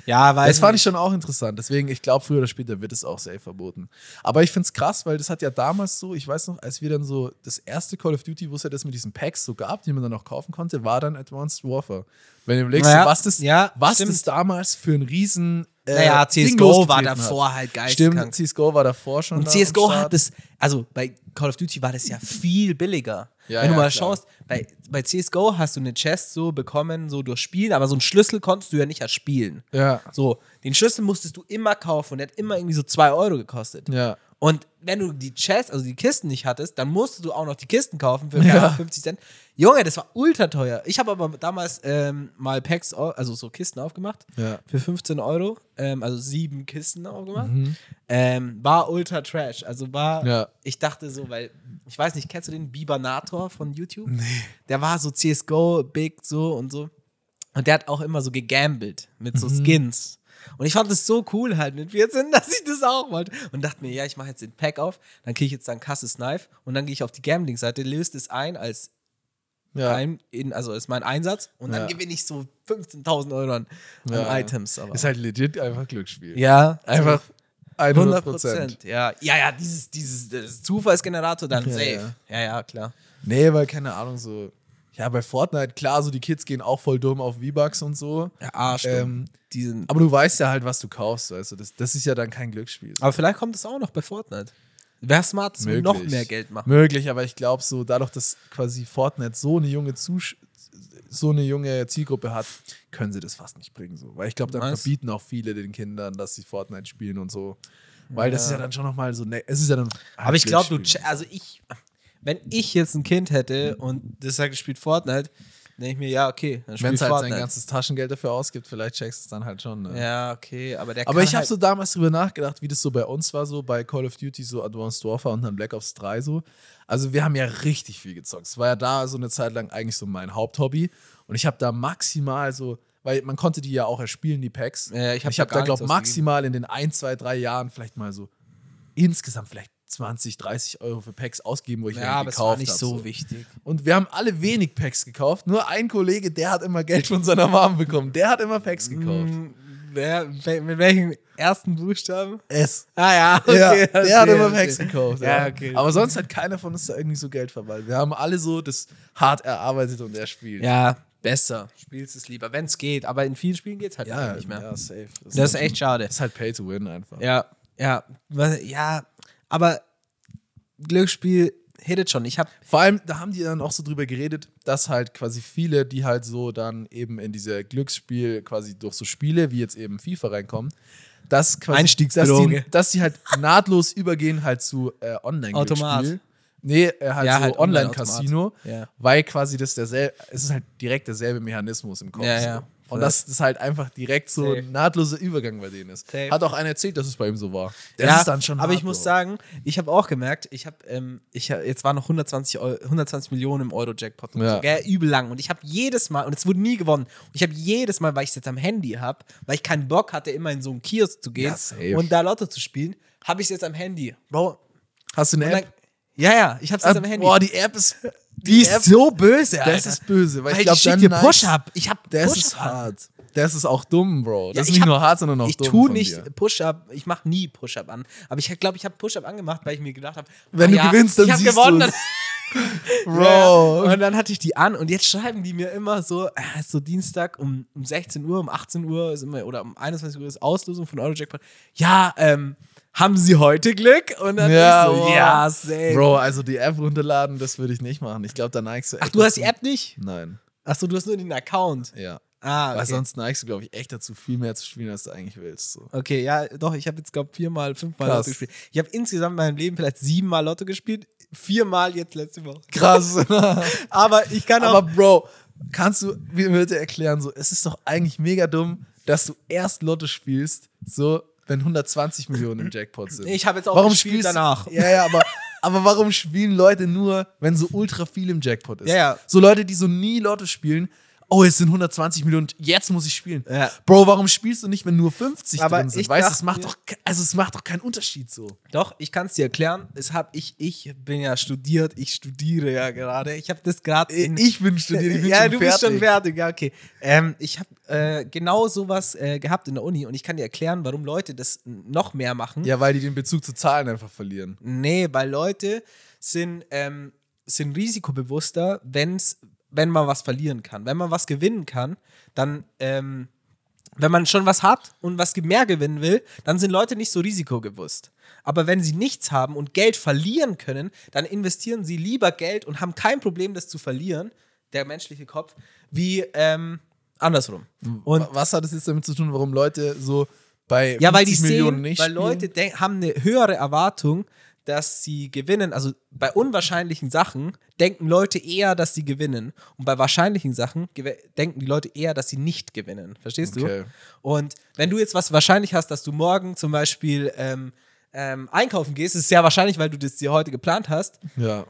Ja, weiß
Das fand ich schon auch interessant. Deswegen, ich glaube, früher oder später wird es auch safe verboten. Aber ich finde es krass, weil das hat ja damals so, ich weiß noch, als wir dann so das erste Call of Duty, wo es ja das mit diesen Packs so gab, die man dann auch kaufen konnte, war dann Advanced Warfare. Wenn du überlegst,
Naja,
was das,
ja,
was
stimmt.
das damals für ein riesen äh,
Naja,
Ding
CSGO war
losgetreten hat.
davor halt geisteskrank.
Stimmt, CSGO war davor schon.
Und
da
CSGO
am Start.
hat das, also bei Call of Duty war das ja viel billiger.
Ja,
Wenn du
ja, klar.
mal schaust, bei, bei CSGO hast du eine Chest so bekommen, so durch Spielen, aber so einen Schlüssel konntest du ja nicht erspielen.
Ja.
So, den Schlüssel musstest du immer kaufen und der hat immer irgendwie so 2 Euro gekostet.
Ja.
Und wenn du die Chest, also die Kisten nicht hattest, dann musstest du auch noch die Kisten kaufen für keine Ahnung, 50 Cent. Junge, das war ultra teuer. Ich habe aber damals ähm, mal Packs, au- also so Kisten aufgemacht
Ja.
für 15 Euro, ähm, also sieben Kisten aufgemacht. Ähm, war ultra trash. Also war,
Ja.
ich dachte so, weil, ich weiß nicht, kennst du den Bibanator von YouTube? Nee. Der war so CSGO, Big, so und so. Und der hat auch immer so gegambelt mit so
Mhm.
Skins. Und ich fand das so cool halt mit 14, dass ich das auch wollte. Und dachte mir, ja, ich mache jetzt den Pack auf, dann kriege ich jetzt dann krasses Knife und dann gehe ich auf die Gambling-Seite, löst es ein als
Ja.
ein, in, also als mein Einsatz und dann
Ja.
gewinne ich so 15.000 Euro an, an
Ja.
Items. Aber.
Ist halt legit einfach Glücksspiel.
ja,
Einfach 100 Prozent.
Ja, ja, ja, dieses, dieses das Zufallsgenerator dann
Ja,
safe. Ja. ja, klar.
Nee, weil keine Ahnung, so. Ja, bei Fortnite, klar, so die Kids gehen auch voll dumm auf V-Bucks und so.
Ja, ah, Arsch.
Ähm,
diesen,
Aber du weißt ja halt, was du kaufst. Also das, das ist ja dann kein Glücksspiel.
aber vielleicht kommt das auch noch bei Fortnite. Wäre smart, dass wir noch mehr Geld machen.
Möglich, aber ich glaube so, dadurch, dass quasi Fortnite so eine junge Zusch so eine junge Zielgruppe hat, können sie das fast nicht bringen. So. Weil ich glaube, dann
Nice.
verbieten auch viele den Kindern, dass sie Fortnite spielen und so. Weil das ist ja dann schon nochmal so, ne es ist ja dann.
Aber ich glaube, du,
Glücksspiel.
che- also ich, wenn ich jetzt ein Kind hätte und das sagt, es spielt Fortnite, denke ich mir, ja, okay, dann
Wenn
spielt
es halt sein
Fortnite.
ganzes Taschengeld dafür ausgibt, vielleicht checkst du es dann halt schon. Ne?
ja, okay, aber der
Aber
kann
ich habe
halt,
so damals drüber nachgedacht, wie das so bei uns war, so bei Call of Duty, so Advanced Warfare und dann Black Ops 3 so. Also wir haben ja richtig viel gezockt. Es war ja da so eine Zeit lang eigentlich so mein Haupthobby. Und ich habe da maximal so, weil man konnte die ja auch erspielen, die Packs.
Ja, ich
Und
hab
ich
da
habe
gar
da, glaube
nichts
maximal in den ein, zwei, drei Jahren vielleicht mal so insgesamt vielleicht 20, 30 Euro für Packs ausgegeben, wo ich mir
ja,
einen
aber es war
gekauft
nicht
hab,
so wichtig.
und wir haben alle wenig Packs gekauft. Nur ein Kollege, der hat immer Geld von seiner Mom bekommen. Der hat immer Packs gekauft.
Hm, wer, wel- mit welchem ersten Buchstaben?
Es.
Ah ja,
Ja,
okay,
der
verstehe,
hat immer
verstehe.
Packs gekauft.
Ja, okay.
Aber sonst hat keiner von uns da irgendwie so Geld verwaltet. Wir haben alle so das hart erarbeitet und erspielt.
Ja, besser. Spielst es lieber, wenn es geht. Aber in vielen Spielen geht es halt
ja,
nicht mehr.
ja, safe.
Das ist echt schade.
Das ist halt Pay to Win einfach.
Ja, ja. Was- Ja, aber Glücksspiel hittet schon. Ich habe
Vor allem, da haben die dann auch so drüber geredet, dass halt quasi viele, die halt so dann eben in diese Glücksspiel quasi durch so Spiele wie jetzt eben FIFA reinkommen, dass quasi
Einstiegsdroge.
dass die, dass die halt nahtlos übergehen halt zu äh, Online
Automat.
Glücksspiel. Nee, äh, halt
Ja,
so
halt
Online Casino,
Online-Automat. Ja.
weil quasi das derselbe es ist halt direkt derselbe Mechanismus im Kopf.
Ja, ja.
So. Und dass das halt einfach direkt so
Safe.
ein nahtloser Übergang bei denen ist.
Safe.
Hat auch einer erzählt, dass es bei ihm so war. Das
ja,
ist dann schon
aber
hart,
ich muss
Bro.
sagen, ich habe auch gemerkt, ich habe, ähm, ich hab, jetzt waren noch 120, Eu- 120 Millionen im Euro-Jackpot. und
Ja.
So, gell, übel lang. Und ich habe jedes Mal, und es wurde nie gewonnen, und ich habe jedes Mal, weil ich es jetzt am Handy habe, weil ich keinen Bock hatte, immer in so einen Kiosk zu gehen
Ja, safe.
und da Lotto zu spielen, habe ich es jetzt am Handy. Bro,
hast du eine
und dann,
App?
ja, ja, ich habe es jetzt am Handy.
Äh, Boah, die App ist
Die ist so böse, Alter.
Das ist böse, weil,
weil
ich glaube,
ich schick
dann
dir
neigst-
Push-Up. Ich hab
Das
Push-Up.
ist hart. Das ist auch dumm, Bro. Das
Ja,
ist
ich
nicht
hab-
nur hart, sondern auch
Ich
dumm.
tu
von
nicht
Dir.
Push-Up. Ich mache nie Push-Up an. Aber ich glaube, ich habe Push-Up angemacht, weil ich mir gedacht habe,
Wenn du gewinnst, dann
ich hab
siehst
gewonnen.
du's.
Bro.
Bro.
Und dann hatte ich die an und jetzt schreiben die mir immer so, äh, ist so Dienstag um, um 16 Uhr, um 18 Uhr ist immer, oder um 21 Uhr ist Auslosung von Eurojackpot. Ja, ähm, haben sie heute Glück? Und dann
Ja,
ich so,
boah.
ja, safe.
Bro, also die App runterladen, das würde ich nicht machen. Ich glaube, da neigst du echt.
Ach, du hast die App nicht?
Nein.
Ach so, du hast nur den Account.
Ja.
Ah, okay.
Weil sonst neigst du, glaube ich, echt dazu, viel mehr zu spielen, als du eigentlich willst. So.
Okay, ja, doch, ich habe jetzt, glaube ich, viermal, fünfmal
Krass.
Lotto gespielt. Ich habe insgesamt in meinem Leben vielleicht siebenmal Lotto gespielt, viermal jetzt letzte Woche.
Krass.
Aber ich kann auch.
Aber Bro, kannst du mir bitte erklären, so, es ist doch eigentlich mega dumm, dass du erst Lotto spielst, so, wenn 120 Millionen im Jackpot sind.
Ich habe jetzt auch
warum
gespielt
spielst du-
danach.
Ja, ja, aber, aber warum spielen Leute nur, wenn so ultra viel im Jackpot ist?
Ja, ja.
So Leute, die so nie Lotto spielen, oh, es sind 120 Millionen, jetzt muss ich spielen.
Ja.
Bro, warum spielst du nicht, wenn nur 50
Aber
drin sind?
ich
Weißt du,
dachte
es macht
mir-
doch, ke- also es macht doch keinen Unterschied so.
Doch, ich kann es dir erklären. Es hab ich, ich bin ja studiert, ich studiere ja gerade. Ich habe das gerade. in-
Ich wünschte studiert, ich bin
ja,
schon
du
fertig.
bist schon fertig, ja, okay. Ähm, ich habe äh, genau sowas äh, gehabt in der Uni und ich kann dir erklären, warum Leute das n- noch mehr machen.
Ja, weil die den Bezug zu Zahlen einfach verlieren.
Nee, weil Leute sind, ähm, sind risikobewusster, wenn's, wenn man was verlieren kann. Wenn man was gewinnen kann, dann, ähm, wenn man schon was hat und was ge- mehr gewinnen will, dann sind Leute nicht so risikobewusst. Aber wenn sie nichts haben und Geld verlieren können, dann investieren sie lieber Geld und haben kein Problem, das zu verlieren, der menschliche Kopf, wie ähm, andersrum. Und
Wa- was hat es jetzt damit zu tun, warum Leute so bei 50
ja, weil die
Millionen
sehen,
nicht
weil
spielen?
Leute denk, haben eine höhere Erwartung, dass sie gewinnen. Also bei unwahrscheinlichen Sachen denken Leute eher, dass sie gewinnen. Und bei wahrscheinlichen Sachen gew- denken die Leute eher, dass sie nicht gewinnen. Verstehst
Okay.
du? Und wenn du jetzt was wahrscheinlich hast, dass du morgen zum Beispiel ähm, ähm, einkaufen gehst, ist es sehr wahrscheinlich, weil du das dir heute geplant hast.
ja.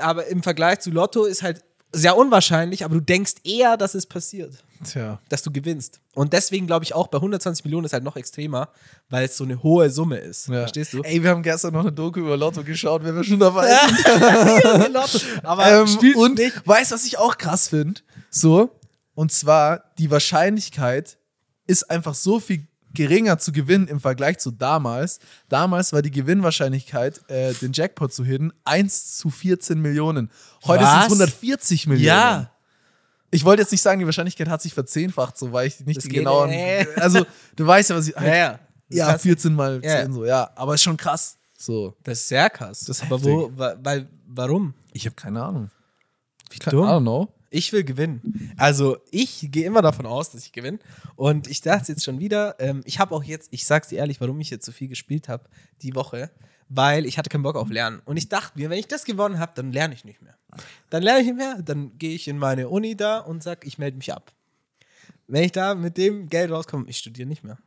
Aber im Vergleich zu Lotto ist halt sehr unwahrscheinlich, aber du denkst eher, dass es passiert
Tja.
dass du gewinnst. Und deswegen glaube ich auch, bei 120 Millionen ist halt noch extremer, weil es so eine hohe Summe ist.
Ja.
Verstehst du?
Ey, wir haben gestern noch eine Doku über Lotto geschaut, wenn wir schon dabei sind.
aber
ähm,
spielst
und
nicht.
weißt du, was ich auch krass finde? So, und zwar, die Wahrscheinlichkeit ist einfach so viel geringer zu gewinnen im Vergleich zu damals. Damals war die Gewinnwahrscheinlichkeit, äh, den Jackpot zu hitten, 1 zu 14 Millionen. Heute sind es
Was?
140 Millionen.
Ja.
Ich wollte jetzt nicht sagen, die Wahrscheinlichkeit hat sich verzehnfacht, so weil ich nicht
Das
die
geht-
genauen.
äh.
Also, du weißt ja, was ich. halt,
Ja, ja.
Ja,
Krass.
14 mal 10
Ja, ja.
so, ja. Aber ist schon krass. So.
Das ist sehr krass.
Das ist
aber wo, wa- weil, warum?
Ich habe keine Ahnung. Wie
dumm.
I don't know.
Ich will gewinnen. Also ich gehe immer davon aus, dass ich gewinne. Und ich dachte es jetzt schon wieder, ähm, ich habe auch jetzt, ich sag's dir ehrlich, warum ich jetzt so viel gespielt habe die Woche, weil ich hatte keinen Bock auf Lernen. Und ich dachte mir, wenn ich das gewonnen habe, dann lerne ich nicht mehr. Dann lerne ich nicht mehr, dann gehe ich in meine Uni da und sag, ich melde mich ab. Wenn ich da mit dem Geld rauskomme, ich studiere nicht mehr.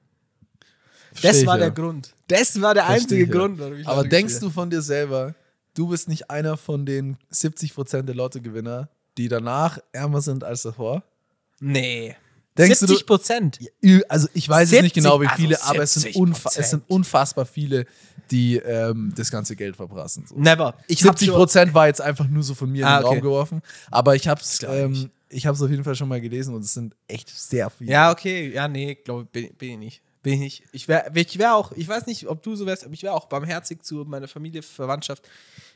Das
Versteh
war
ich,
der
ja.
Grund. Das war der
Versteh
einzige
ich, ja.
Grund, warum ich
Aber
Lotto
denkst
gespielt
du von dir selber, du bist nicht einer von den 70% der Lotto-Gewinner, die danach ärmer sind als davor?
habe. Nee.
Denkst du, du-
70 Prozent.
Ü- Also ich weiß jetzt nicht
70,
genau, wie
also
viele, aber es sind,
70%.
unfa es sind unfassbar viele, die ähm, das ganze Geld verbrassen. So.
Never. Ich hab
70 Prozent war jetzt einfach nur so von mir in
Ah,
den Raum
okay.
geworfen, aber ich habe es
glaub ich.
ähm, ich hab's auf jeden Fall schon mal gelesen und es sind echt sehr viele.
Ja, okay. Ja, nee, glaube bin, bin ich nicht. Bin ich nicht. Ich wäre ich wär auch, ich weiß nicht, ob du so wärst, aber ich wäre auch barmherzig zu meiner Familie, Verwandtschaft.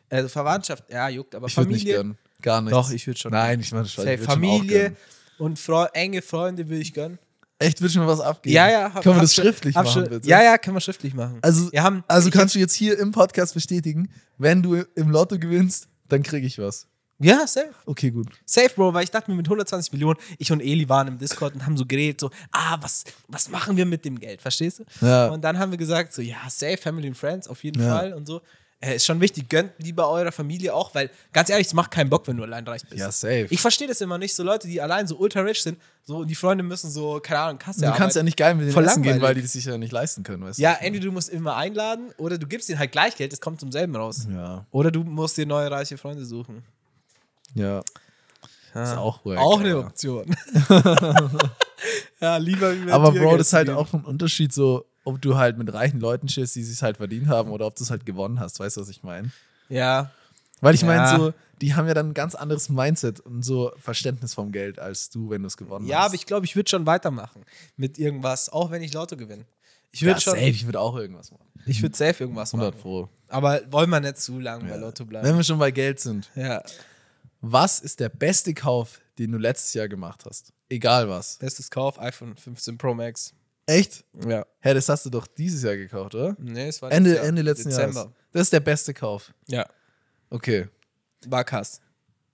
Also Verwandtschaft, ja, juckt, aber
ich würde
Familie.
nicht gönnen. Gar nicht.
Doch, ich würde schon.
Nein, ich meine, ich
Safe,
würd schon auch
Familie
gönnen.
und Freu enge Freunde würde ich gönnen.
Echt, wird schon was abgehen?
Ja, ja. hab-
Können wir
hab
das
schon-
schriftlich
hab
machen,
schon-
bitte?
Ja, ja, können wir schriftlich machen.
Also,
wir haben,
also
ich-
kannst du jetzt hier im Podcast bestätigen, wenn du im Lotto gewinnst, dann kriege ich was.
Ja, safe.
Okay, gut.
Safe, Bro, weil ich dachte mir mit 120 Millionen, ich und Eli waren im Discord und haben so geredet, so, ah, was, was machen wir mit dem Geld, verstehst du?
Ja.
Und dann haben wir gesagt, so, ja, safe, Family and Friends, auf jeden
Ja.
Fall und so. Äh, ist schon wichtig, gönnt lieber eurer Familie auch, weil ganz ehrlich, es macht keinen Bock, wenn du allein reich bist.
Ja, safe.
Ich verstehe das immer nicht, so Leute, die allein so ultra rich sind, so, und die Freunde müssen so, keine Ahnung, Kasse
du kannst ja
arbeiten.
nicht geil mit den
Voll
Essen gehen,
langweilig.
weil die das sich ja nicht leisten können, weißt
Ja, entweder du musst immer einladen oder du gibst ihnen halt gleich Geld, das kommt zum selben raus.
du? Ja.
Oder du musst dir neue reiche Freunde suchen.
Ja. Ist auch wack,
Ah. Auch eine
Alter.
Option. ja, lieber wie mit
Aber
dir
Bro, das ist halt
gehen.
auch ein Unterschied, so, ob du halt mit reichen Leuten chillst, die sich halt verdient haben, oder ob du es halt gewonnen hast. Weißt du, was ich meine?
Ja.
Weil ich meine,
Ja.
so, die haben ja dann ein ganz anderes Mindset und so Verständnis vom Geld als du, wenn du es gewonnen
Ja,
hast.
aber ich glaube, ich würde schon weitermachen mit irgendwas, auch wenn ich Lotto gewinne. Ich
ja,
würde schon,
safe, ich würde auch irgendwas machen.
ich würde safe irgendwas
100
machen.
Pro.
Aber wollen wir nicht zu lange bei
Ja.
Lotto
Wenn
bleiben.
wir schon bei Geld sind.
Ja,
Was ist der beste Kauf, den du letztes Jahr gemacht hast? Egal was.
bestes Kauf, iPhone 15 Pro Max.
Echt?
Ja.
Hä, das hast du doch dieses Jahr gekauft, oder?
Nee, es war
Ende,
letztes Jahr,
Ende letzten
Dezember.
Jahres. Das ist der beste Kauf.
Ja,
Okay.
war krass.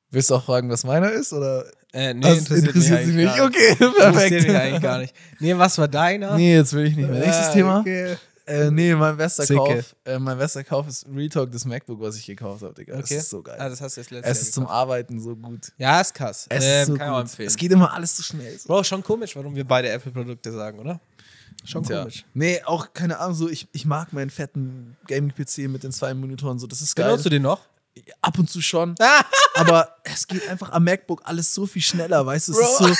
Willst du auch fragen, was meiner ist? Oder
Äh, nee,
Also,
interessiert,
interessiert
mich
sie nicht?
eigentlich
Okay,
gar nicht. Interessiert mich eigentlich
perfekt.
gar nicht. Nee, was war deiner?
Nee, jetzt will ich nicht mehr. Nächstes
Ah,
Thema.
Okay.
Äh, nee, mein bester
Sicke.
Kauf. Äh, mein bester Kauf ist Retalk, das MacBook, was ich gekauft habe, Digga. Das
okay.
ist so geil.
Ah, das hast du jetzt letztes
es ist zum Arbeiten so gut.
Ja, ist krass.
Es
ähm,
ist so
kann ich auch
gut.
empfehlen.
Es geht immer alles so schnell.
Bro, schon komisch, warum wir beide Apple-Produkte sagen, oder? Schon
Tja.
komisch.
Nee, auch keine Ahnung, so ich, ich mag meinen fetten Gaming-PC mit den zwei Monitoren, so das ist geil.
Benutzt du den noch?
Ab und zu schon. aber es geht einfach am MacBook alles so viel schneller, weißt du? Es,
Bro.
ist so,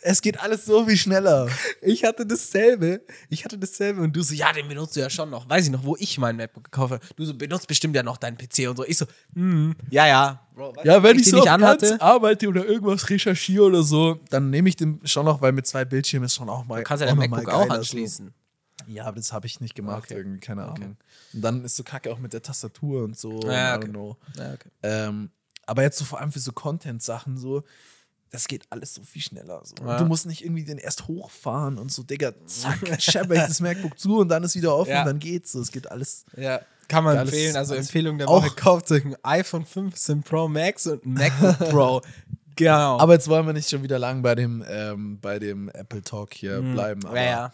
es geht alles so viel schneller.
Ich hatte dasselbe. Ich hatte dasselbe und du so, ja, den benutzt du ja schon noch. Weiß ich noch, wo ich meinen MacBook gekauft habe. Du so, benutzt bestimmt ja noch deinen PC und so. Ich so, hm, ja, ja. Bro, weißt du, den nicht anhatte,
arbeite oder irgendwas recherchiere oder so, dann nehme ich den schon noch, weil mit zwei Bildschirmen ist schon auch mal.
kannst du
auch
ja
noch
dein
mal
MacBook auch
geiler so.
anschließen.
Ja, aber das habe ich nicht gemacht
Okay.
irgendwie, keine Ahnung. Und dann ist so kacke auch mit der Tastatur und so.
Ja,
I
okay.
don't know.
Ja, okay.
Ähm, aber jetzt so vor allem für so Content-Sachen so, das geht alles so viel schneller. So. Und
Ja.
Du musst nicht irgendwie den erst hochfahren und so, Digga, zack, schepper ich das MacBook zu und dann ist wieder offen,
Ja.
dann geht's. So, es geht alles.
Ja, kann man
Geiles-
empfehlen. Also
alles-
Empfehlung der
Auch-
Woche, kauft euch ein iPhone 15 Pro Max und ein MacBook Pro. Genau.
Aber jetzt wollen wir nicht schon wieder lang bei dem, ähm, bei dem Apple Talk hier bleiben. Aber,
Mhm. ja, ja.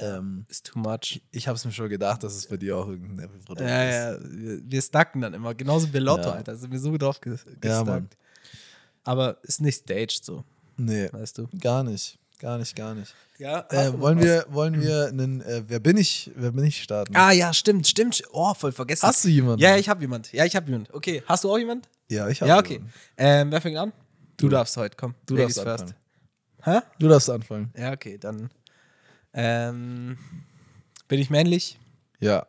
ja.
Ähm,
Ist too much.
ich habe es mir schon gedacht, dass es bei dir auch irgendein Apple-Produkt
Ja,
ist.
ja, wir, wir stacken dann immer. Genauso wie Lotto,
Ja.
Alter. Sind wir so drauf ge- gestackt.
Ja, Mann.
Aber ist nicht staged so,
Nee,
weißt du.
gar nicht. Gar nicht, gar nicht.
Ja,
Äh, wollen, wir, wollen wir einen, äh, wer bin ich, wer bin ich starten?
Mhm. Ah, ja, stimmt, stimmt. Oh, voll vergessen.
Hast du jemanden?
Ja, ich hab jemand. Ja, ich hab jemand. Okay, hast du auch jemand?
Ja, ich hab
ja, okay.
jemanden.
Ähm, wer fängt an? Du darfst heute, komm.
Du
Ladies
darfst anfangen.
Hä?
Du darfst anfangen.
Ja, okay, dann. Ähm, bin ich männlich?
Ja,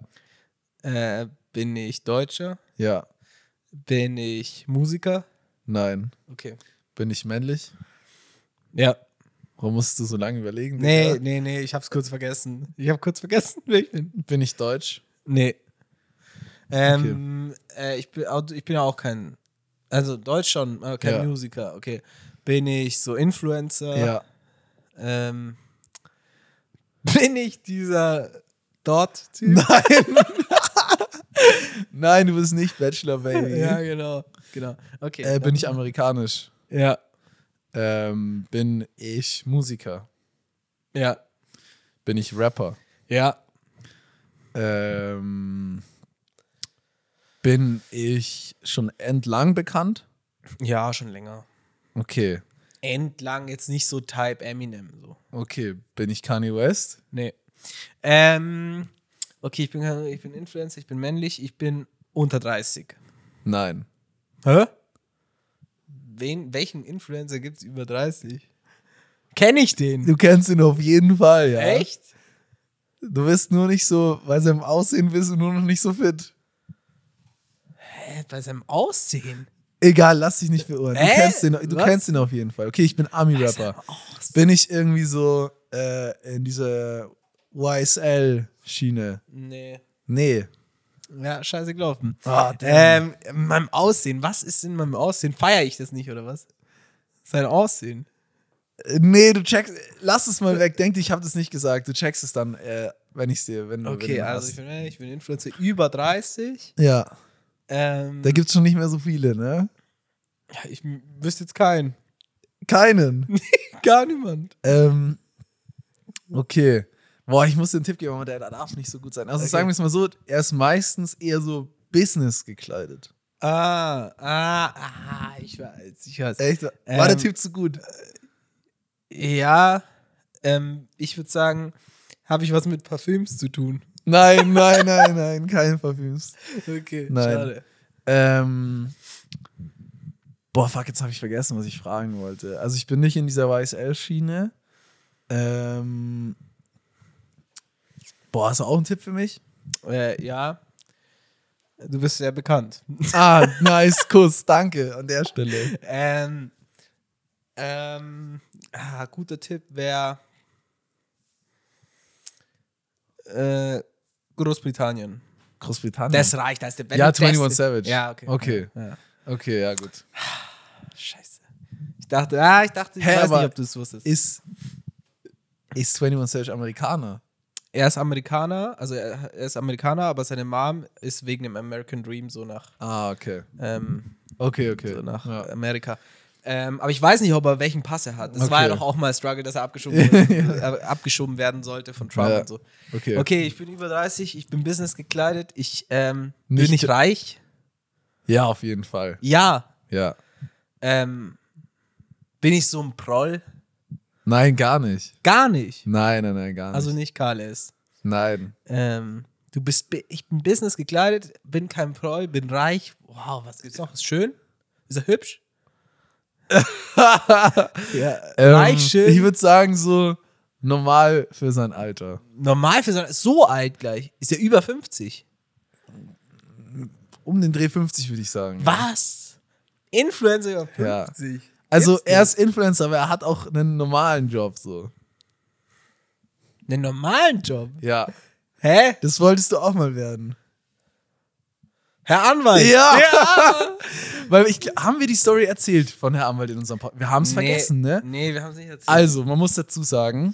Äh, bin ich Deutscher?
ja,
Bin ich Musiker?
nein.
Okay.
Bin ich männlich?
Ja.
Warum musstest du so lange überlegen?
Nee,
Digga?
nee, nee, ich hab's kurz vergessen. Ich hab kurz vergessen, wer ich bin.
Bin ich deutsch?
Nee. Ähm, äh, ich, bin, auch- ich bin ja auch kein, also Deutsch schon, aber kein
Ja.
Musiker, okay. Bin ich so Influencer?
Ja.
Ähm, bin ich dieser Dort-Typ?
Nein. nein, du bist nicht Bachelor, Baby.
Ja, genau. genau. Okay.
äh, bin ich amerikanisch?
Ja,
Ähm, bin ich Musiker?
ja,
Bin ich Rapper?
ja,
Ähm, bin ich schon entlang bekannt?
ja, schon länger.
Okay.
Entlang jetzt nicht so Type Eminem so.
Okay. Bin ich Kanye West?
Nee. Ähm, okay, ich bin, kein- ich bin Influencer, ich bin männlich, ich bin unter 30.
Nein.
Hä? Wen, welchen Influencer gibt's über 30? Kenne ich den?
Du kennst ihn auf jeden Fall, ja.
Echt?
Du bist nur nicht so, weil seinem Aussehen bist du nur noch nicht so fit.
Hä, bei seinem Aussehen?
Egal, lass dich nicht beurteilen. Du,
Hä?
kennst ihn, du
Was?
kennst ihn auf jeden Fall. Okay, ich bin Ami-Rapper. Bin ich irgendwie so äh, in dieser YSL-Schiene?
Nee.
Nee.
Ja, scheiße gelaufen.
Ah, damn.
ähm, in meinem Aussehen, was ist in meinem Aussehen? Feiere ich das nicht, oder was? Sein Aussehen.
Äh, Nee, du checkst. Lass es mal weg. Denk dir, ich habe das nicht gesagt. Du checkst es dann, äh, wenn ich sehe. Wenn, du- wenn
Okay,
du
also ich
hast.
bin, männlich, ich bin Influencer über 30.
Ja,
Ähm,
da gibt's schon nicht mehr so viele, ne?
ja, ich m- wüsste jetzt keinen.
Keinen.
Gar niemand.
Ähm, okay. Boah, ich muss den Tipp geben, aber der darf nicht so gut sein. Also
Okay.
sagen wir es mal so, er ist meistens eher so Business gekleidet.
Ah, ah, ah, ich weiß, ich weiß.
Echt? War der
Ähm,
Tipp zu gut?
Ja, ähm, ich würde sagen, habe ich was mit Parfüms zu tun.
Nein, nein, nein, nein, kein Parfüms.
Okay,
Nein. Ähm, boah, fuck, jetzt habe ich vergessen, was ich fragen wollte. Also ich bin nicht in dieser YSL-Schiene. Ähm, boah, hast du auch einen Tipp für mich?
Äh, ja, du bist sehr bekannt.
Ah, nice, Kuss, danke an der Stelle.
ähm, ähm, ah, guter Tipp wäre äh, Großbritannien.
Großbritannien.
Das reicht als der wenn
Ja,
du das-
21 Savage.
Ja, okay.
Okay.
Ja, ja.
okay, ja gut.
Scheiße. Ich dachte, ah, ich dachte, ich
Hä,
weiß
aber
nicht, ob du es wusstest.
Ist, ist 21 Savage Amerikaner?
Er ist Amerikaner, also er, er ist Amerikaner, aber seine Mom ist wegen dem American Dream so nach
Ah, okay.
ähm,
Okay, okay.
so nach
ja.
Amerika. Ähm, aber ich weiß nicht, ob er welchen Pass er hat. Es war ja
Okay.
doch auch mal Struggle, dass er abgeschoben, wurde, äh, abgeschoben werden sollte von Trump
Ja.
und so.
Okay.
Okay, ich bin über 30, ich bin business gekleidet, ich ähm,
Nicht-
bin nicht reich.
Ja, auf jeden Fall.
Ja.
Ja.
Ähm, bin ich so ein Proll?
Nein, gar nicht.
Gar nicht.
Nein, nein, nein, gar nicht.
Also nicht KLS.
nein.
Ähm, du bist, bi- ich bin business gekleidet, bin kein Proll, bin reich. Wow, was gibt's noch? Ist schön? Ist er hübsch? ja,
Ähm,
reich, schön.
Ich würde sagen, so normal für sein Alter.
Normal für sein, so alt gleich. Ist er über 50?
Um den Dreh 50 würde ich sagen.
Was? Influencer über
Ja.
50?
Also
Gibt's
er ist Influencer, aber er hat auch einen normalen Job so.
nicht. einen normalen Job.
Ja.
Hä?
Das wolltest du auch mal werden.
Herr Anwalt.
Ja. Weil ich haben wir die Story erzählt von Herr Anwalt in unserem Podcast. Wir haben es vergessen, ne?
Nee, wir haben es nicht erzählt.
Also, man muss dazu sagen,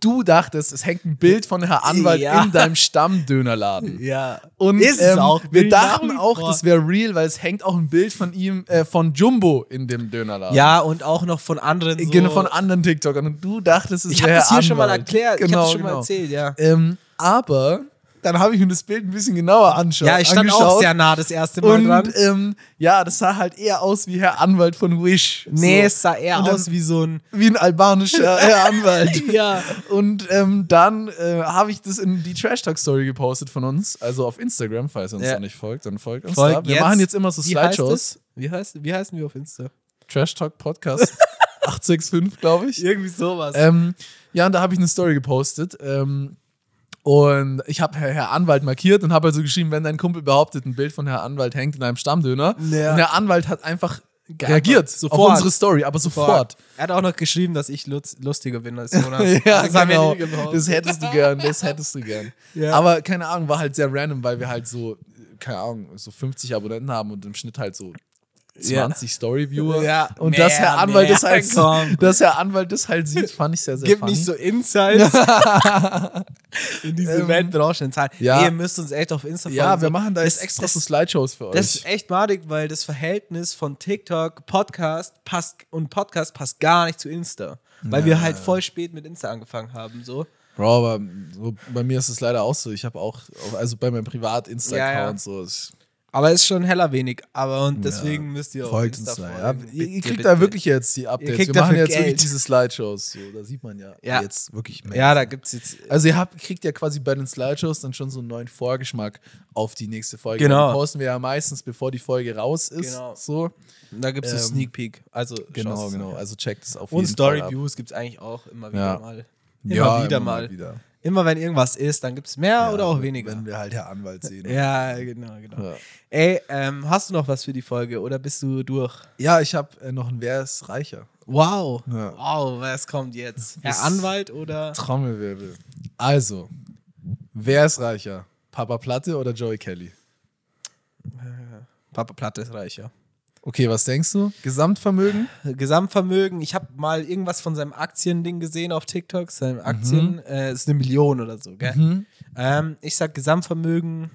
du dachtest, es hängt ein Bild von Herr Anwalt
Ja.
in deinem Stammdönerladen.
ja.
Und
Ist es
ähm,
auch. Bin
wir
ich nach
dachten
wie
auch,
vor.
das wäre real, weil es hängt auch ein Bild von ihm, äh, von Jumbo in dem Dönerladen.
Ja, und auch noch von anderen. So.
Genau, von anderen TikTokern. Und du dachtest, es
ich
wäre
habe das hier
Anwalt.
schon mal erklärt. ich habe
Genau,
das schon mal
genau.
erzählt, ja.
Ähm, aber dann habe ich mir das Bild ein bisschen genauer anschaut.
Ja, ich stand
angeschaut.
auch sehr nah das erste Mal
und
dran.
ähm, ja, das sah halt eher aus wie Herr Anwalt von Wish.
Nee,
so.
es sah eher
Und dann-
aus wie so ein.
wie ein albanischer Herr Anwalt.
Ja.
Und ähm, dann äh, habe ich das in die Trash Talk Story gepostet von uns, also auf Instagram, falls ihr uns
Ja.
noch nicht folgt, dann folgt uns
Folgt
da. Wir
jetzt.
machen jetzt immer so
Wie heißt
Slideshows.
es? Wie, heißt, wie heißen wir auf Insta?
Trash Talk Podcast 865, glaube ich.
Irgendwie sowas.
Ähm, ja, und da habe ich eine Story gepostet. Ähm, und ich habe Herr, Herr Anwalt markiert und habe also geschrieben, wenn dein Kumpel behauptet, ein Bild von Herr Anwalt hängt in einem Stammdöner.
Ja.
Und Herr Anwalt hat einfach reagiert
sofort.
auf unsere Story, aber sofort.
Er hat auch noch geschrieben, dass ich lutz- lustiger bin als Jonas. Also,
Ja,
das haben wir
genau.
nie gebraucht.
Das hättest du gern, das hättest du gern.
Ja.
Aber keine Ahnung, war halt sehr random, weil wir halt so, keine Ahnung, so 50 Abonnenten haben und im Schnitt halt so 20 Story-Viewer.
Ja,
und
mehr,
dass Herr Anwalt
mehr,
das halt,
komm.
dass Herr Anwalt das halt sieht, fand ich sehr, sehr
Gib
funny.
nicht so Insights in diese
Ähm,
Weltbranche in Zahlen.
ja.
Nee, ihr müsst uns echt auf Insta folgen.
ja, wir
So,
machen da jetzt
das-
extra
das-
so Slideshows für euch.
Das ist echt madig, weil das Verhältnis von TikTok, Podcast passt und Podcast passt gar nicht zu Insta. Weil wir halt voll spät mit Insta angefangen haben. So.
Bro, aber so, bei mir ist es leider auch so. Ich habe auch, also bei meinem Privat-Insta-Account
Ja, ja.
so. ist-
Aber ist schon heller wenig. Aber und deswegen müsst ihr auf
Folgt
Insta
uns da, ja.
folgen.
Ihr, ihr
Bitte,
kriegt
bitte.
da wirklich jetzt die Updates.
kriegt
Wir machen
dafür
jetzt wirklich
Geld.
diese Slideshows. So, da sieht man ja,
Ja.
jetzt wirklich mehr.
Ja, da gibt's jetzt.
Also ihr habt, kriegt ja quasi bei den Slideshows dann schon so einen neuen Vorgeschmack auf die nächste Folge.
Genau.
Die posten wir ja meistens, bevor die Folge raus ist.
Genau.
So.
Da gibt es einen
Ähm,
Sneak Peek. Also
Genau,
schaut's
genau.
an.
Also checkt es auf
Und
jeden
Story
Fall ab.
Views gibt es eigentlich auch immer wieder
Ja.
mal. Immer
Ja,
wieder
immer
mal.
Wieder.
Immer wenn irgendwas ist, dann gibt es mehr
Ja,
oder auch
wenn-
weniger.
Wenn wir halt Herr Anwalt sehen.
ja, genau, genau.
Ja.
Ey, ähm, hast du noch was für die Folge oder bist du durch?
Ja, ich habe äh, noch ein Wer ist reicher?
Wow.
Ja.
Wow, was kommt jetzt?
Das-
Herr Anwalt oder?
Trommelwirbel. Also, wer ist reicher? Papa Platte oder Joey Kelly?
Papa Platte ist reicher.
Okay, was denkst du? Gesamtvermögen?
Gesamtvermögen, ich habe mal irgendwas von seinem Aktiending gesehen auf TikTok, seinem Aktien, äh, ist eine Million oder so, gell? Ähm, ich sag Gesamtvermögen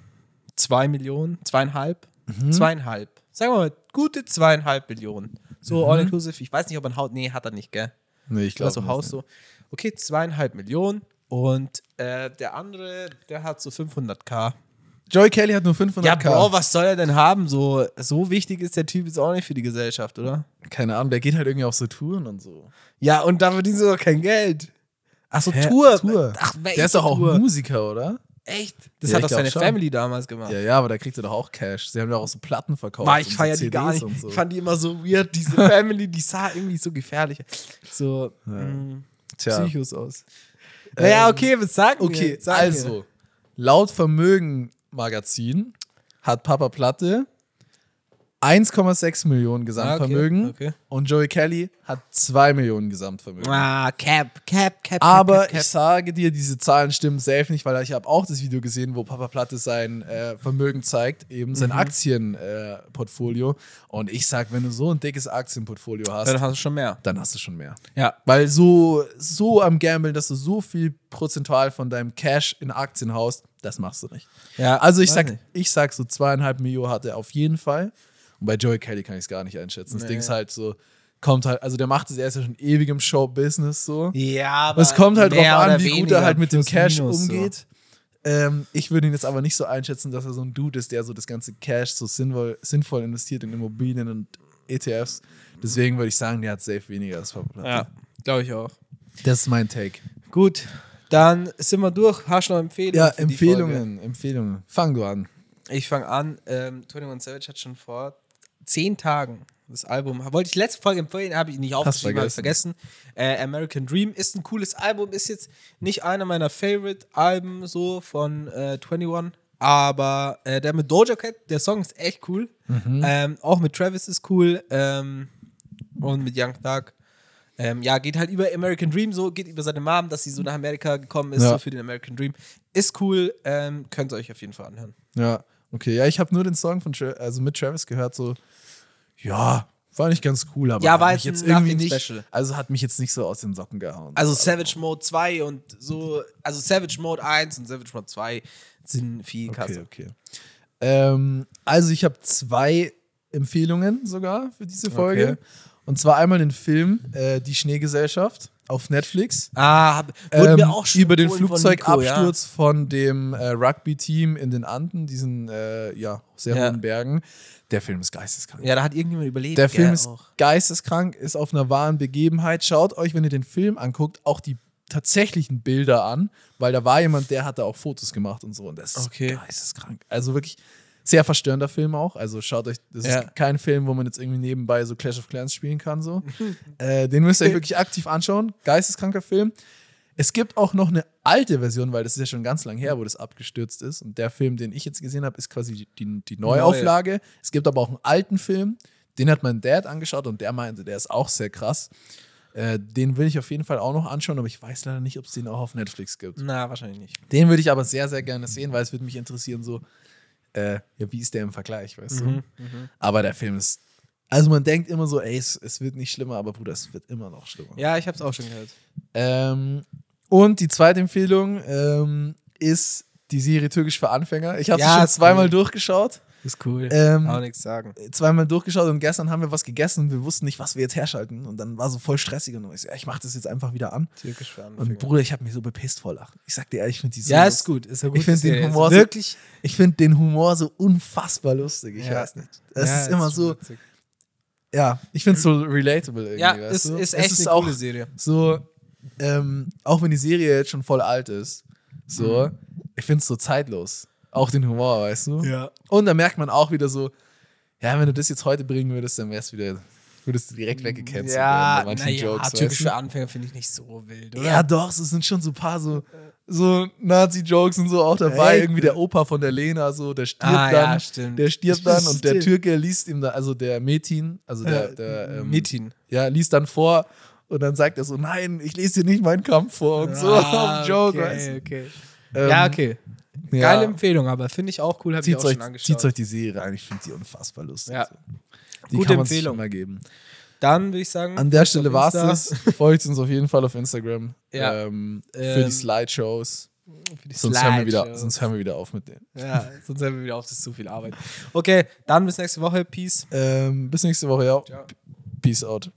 zwei Millionen, zweieinhalb, zweieinhalb. Sagen wir mal, gute zweieinhalb Millionen. So all-inclusive, ich weiß nicht, ob er ein Haus, nee, hat er nicht, gell?
Nee, ich
Oder
glaube
so Also Haus so. Okay, zweieinhalb Millionen und äh, der andere, der hat so 500k.
Joey Kelly hat nur 500k.
Ja, Bro, was soll er denn haben? So, so wichtig ist der Typ jetzt auch nicht für die Gesellschaft, oder?
Keine Ahnung, der geht halt irgendwie auf so Touren und so.
Ja, und da verdienst du doch kein Geld. Ach so,
Hä?
Tour.
Tour.
Ach, welche
Der ist doch auch
Tour?
Musiker, oder?
Echt? Das
Ja,
hat
ich
doch
glaub
seine
schon.
Family damals gemacht.
Ja, ja, aber da kriegt er doch auch Cash. Sie haben ja auch so Platten verkauft.
War, ich
und so
feier die
CDs
gar nicht.
und so.
Ich fand die immer so weird, diese Family, die sah irgendwie so gefährlich. So mh,
Tja.
Psychos aus. Naja,
Ähm,
okay, was sagen
Okay,
wir? Sag mir.
also, laut Vermögen-Magazin hat Papa Platte 1,6 Millionen Gesamtvermögen
Ah, okay, okay.
und Joey Kelly hat 2 Millionen Gesamtvermögen.
Ah, Cap, Cap, Cap.
Aber
Cap, Cap,
ich sage dir, diese Zahlen stimmen safe nicht, weil ich habe auch das Video gesehen, wo Papa Platte sein äh, Vermögen zeigt, eben sein
Mhm.
Aktienportfolio. Äh, Portfolio. und ich sag, wenn du so ein dickes Aktienportfolio
Cap. Ja,
hast,
Dann hast du schon mehr.
dann hast du schon mehr.
Ja.
Weil so, so am Gamble, dass du so viel prozentual von deinem Cash in Aktien haust, das machst du nicht.
ja
Also ich
weiß
sag,
nicht.
ich sag so zweieinhalb Mio hat er auf jeden Fall. Und bei Joey Kelly kann ich es gar nicht einschätzen. Das
Nee.
Ding ist halt so, kommt halt, also der macht es, er ist ja schon ewig im Showbusiness so.
Ja,
Aber
aber.
es kommt halt drauf
mehr
an,
oder
wie gut
weniger,
er halt mit dem
plus
Cash
minus so.
umgeht. Ähm, ich würde ihn jetzt aber nicht so einschätzen, dass er so ein Dude ist, der so das ganze Cash so sinnvoll, sinnvoll investiert in Immobilien und ETFs. Deswegen würde ich sagen, der hat safe weniger als Papa.
Ja, glaube ich auch.
Das ist mein Take.
Gut, dann sind wir durch. Hast du noch Empfehlungen?
Ja,
für die Folge?
Empfehlungen, Empfehlungen. Fang du an.
Ich fange an. Ähm, 21 Savage hat schon vor zehn Tagen das Album. Wollte ich letzte Folge empfehlen, habe ich nicht aufgeschrieben, habe ich vergessen. Äh, American Dream ist ein cooles Album, ist jetzt nicht einer meiner Favorite-Alben so von äh, 21. Aber äh, der mit Doja Cat, der Song ist echt cool. Ähm, auch mit Travis ist cool. Ähm, und mit Young Thug. Ähm, ja, geht halt über American Dream so, geht über seine Mom, dass sie so nach Amerika gekommen ist,
Ja.
so für den American Dream. Ist cool, ähm, könnt ihr euch auf jeden Fall anhören.
Ja, okay. Ja, ich habe nur den Song von Tra also mit Travis gehört, so, ja, war nicht ganz cool, aber
Ja,
hat
war
mich jetzt
jetzt ein
irgendwie
Nothing
nicht,
Special.
also hat mich jetzt nicht so aus den Socken gehauen.
Also Savage Mode 2 und so, also Savage Mode 1 und Savage Mode 2 sind viel
Okay,
krasser.
okay. Ähm, also ich habe zwei Empfehlungen sogar für diese Folge.
Okay.
Und zwar einmal den Film äh, Die Schneegesellschaft auf Netflix.
Ah, hab, wurden
Ähm,
wir auch schon
über den
empfohlen von Nico,
Flugzeugabsturz von dem äh, Rugby-Team in den Anden, diesen äh, ja, sehr
Ja.
hohen Bergen. Der Film ist geisteskrank.
Ja. ja, da hat irgendjemand überlegt.
Der Film
gell,
ist
auch.
geisteskrank, ist auf einer wahren Begebenheit. Schaut euch, wenn ihr den Film anguckt, auch die tatsächlichen Bilder an, weil da war jemand, der hat da auch Fotos gemacht und so. Und das ist
Okay.
geisteskrank. Also wirklich sehr verstörender Film auch. Also schaut euch, das
Ja.
ist kein Film, wo man jetzt irgendwie nebenbei so Clash of Clans spielen kann. So. äh, den müsst ihr euch wirklich aktiv anschauen. Geisteskranker Film. Es gibt auch noch eine alte Version, weil das ist ja schon ganz lang her, wo das abgestürzt ist. Und der Film, den ich jetzt gesehen habe, ist quasi die, die Neuauflage. Es gibt aber auch einen alten Film, den hat mein Dad angeschaut und der meinte, der ist auch sehr krass. Äh, den will ich auf jeden Fall auch noch anschauen, aber ich weiß leider nicht, ob es den auch auf Netflix gibt.
Na, wahrscheinlich nicht.
Den würde ich aber sehr, sehr gerne sehen, weil es würde mich interessieren, so, äh, ja, wie ist der im Vergleich, weißt du? Aber der Film ist. Also man denkt immer so, ey, es, es wird nicht schlimmer, aber Bruder, es wird immer noch schlimmer.
Ja, ich hab's auch schon gehört.
Ähm, und die zweite Empfehlung ähm, ist die Serie Türkisch für Anfänger. Ich habe
Ja,
sie schon
ist
zweimal
cool.
durchgeschaut.
Ist cool.
Ähm,
auch nichts sagen.
Zweimal durchgeschaut und gestern haben wir was gegessen und wir wussten nicht, was wir jetzt herschalten. Und dann war so voll stressig und dann war ich so, ja, ich mache das jetzt einfach wieder an.
Türkisch für Anfänger.
Und Bruder, ich habe mich so bepisst vor Lachen. Ich sag dir ehrlich, ich finde die so
ja,
lustig.
ist gut. Ist ja
Ich finde den Humor so,
wirklich.
ich finde den Humor so unfassbar lustig. Ich
Ja.
weiß nicht. Es
Ja,
ist immer
schon
so,
witzig.
ja, ich finde es so relatable irgendwie.
Ja,
weißt
ist,
du?
ist
Es
echt eine
auch
coole Serie.
so, ähm, auch wenn die Serie jetzt schon voll alt ist, so, ich finde es so zeitlos. Auch den Humor, weißt du?
Mhm. Ja.
Und da merkt man auch wieder so, ja, wenn du das jetzt heute bringen würdest, dann wär's wieder, würdest du direkt weggecancelt
Ja,
werden bei manchen
naja,
Jokes.
Türkisch
weißt
für Anfänger finde ich nicht so wild,
du?
oder?
ja, doch, es sind schon so ein paar so, so Nazi-Jokes und so auch dabei.
Echt?
Irgendwie der Opa von der Lena, so, der stirbt
Ah, ja,
dann.
stimmt.
Der stirbt dann und der
Stimmt.
Türke liest ihm da, also der Metin, also der,
Äh,
der ähm,
Metin.
ja, liest dann vor und dann sagt er so, nein, ich lese dir nicht meinen Kampf vor und so
Ah,
auf Joke. weißt du?
Okay, okay.
Ähm,
ja, okay.
ja.
Geile Empfehlung, aber finde ich auch cool, habe ich
Zieht
auch
euch,
schon angeschaut.
zieht euch die Serie rein, ich finde die unfassbar lustig.
Ja.
Die
Gute
kann man sich
Empfehlung.
immer geben.
Dann würde ich sagen,
An der Stelle war
auf Insta.
es das. Folgt uns auf jeden Fall auf Instagram
Ja.
ähm, für
Ähm,
die Slideshows.
für die
Sonst hören, wir wieder,
Slideshow.
sonst hören wir wieder auf mit denen.
ja, sonst hören wir wieder auf, das ist zu viel Arbeit. Okay, dann bis nächste Woche. Peace.
Ähm, bis nächste Woche, ja.
Ciao.
Peace out.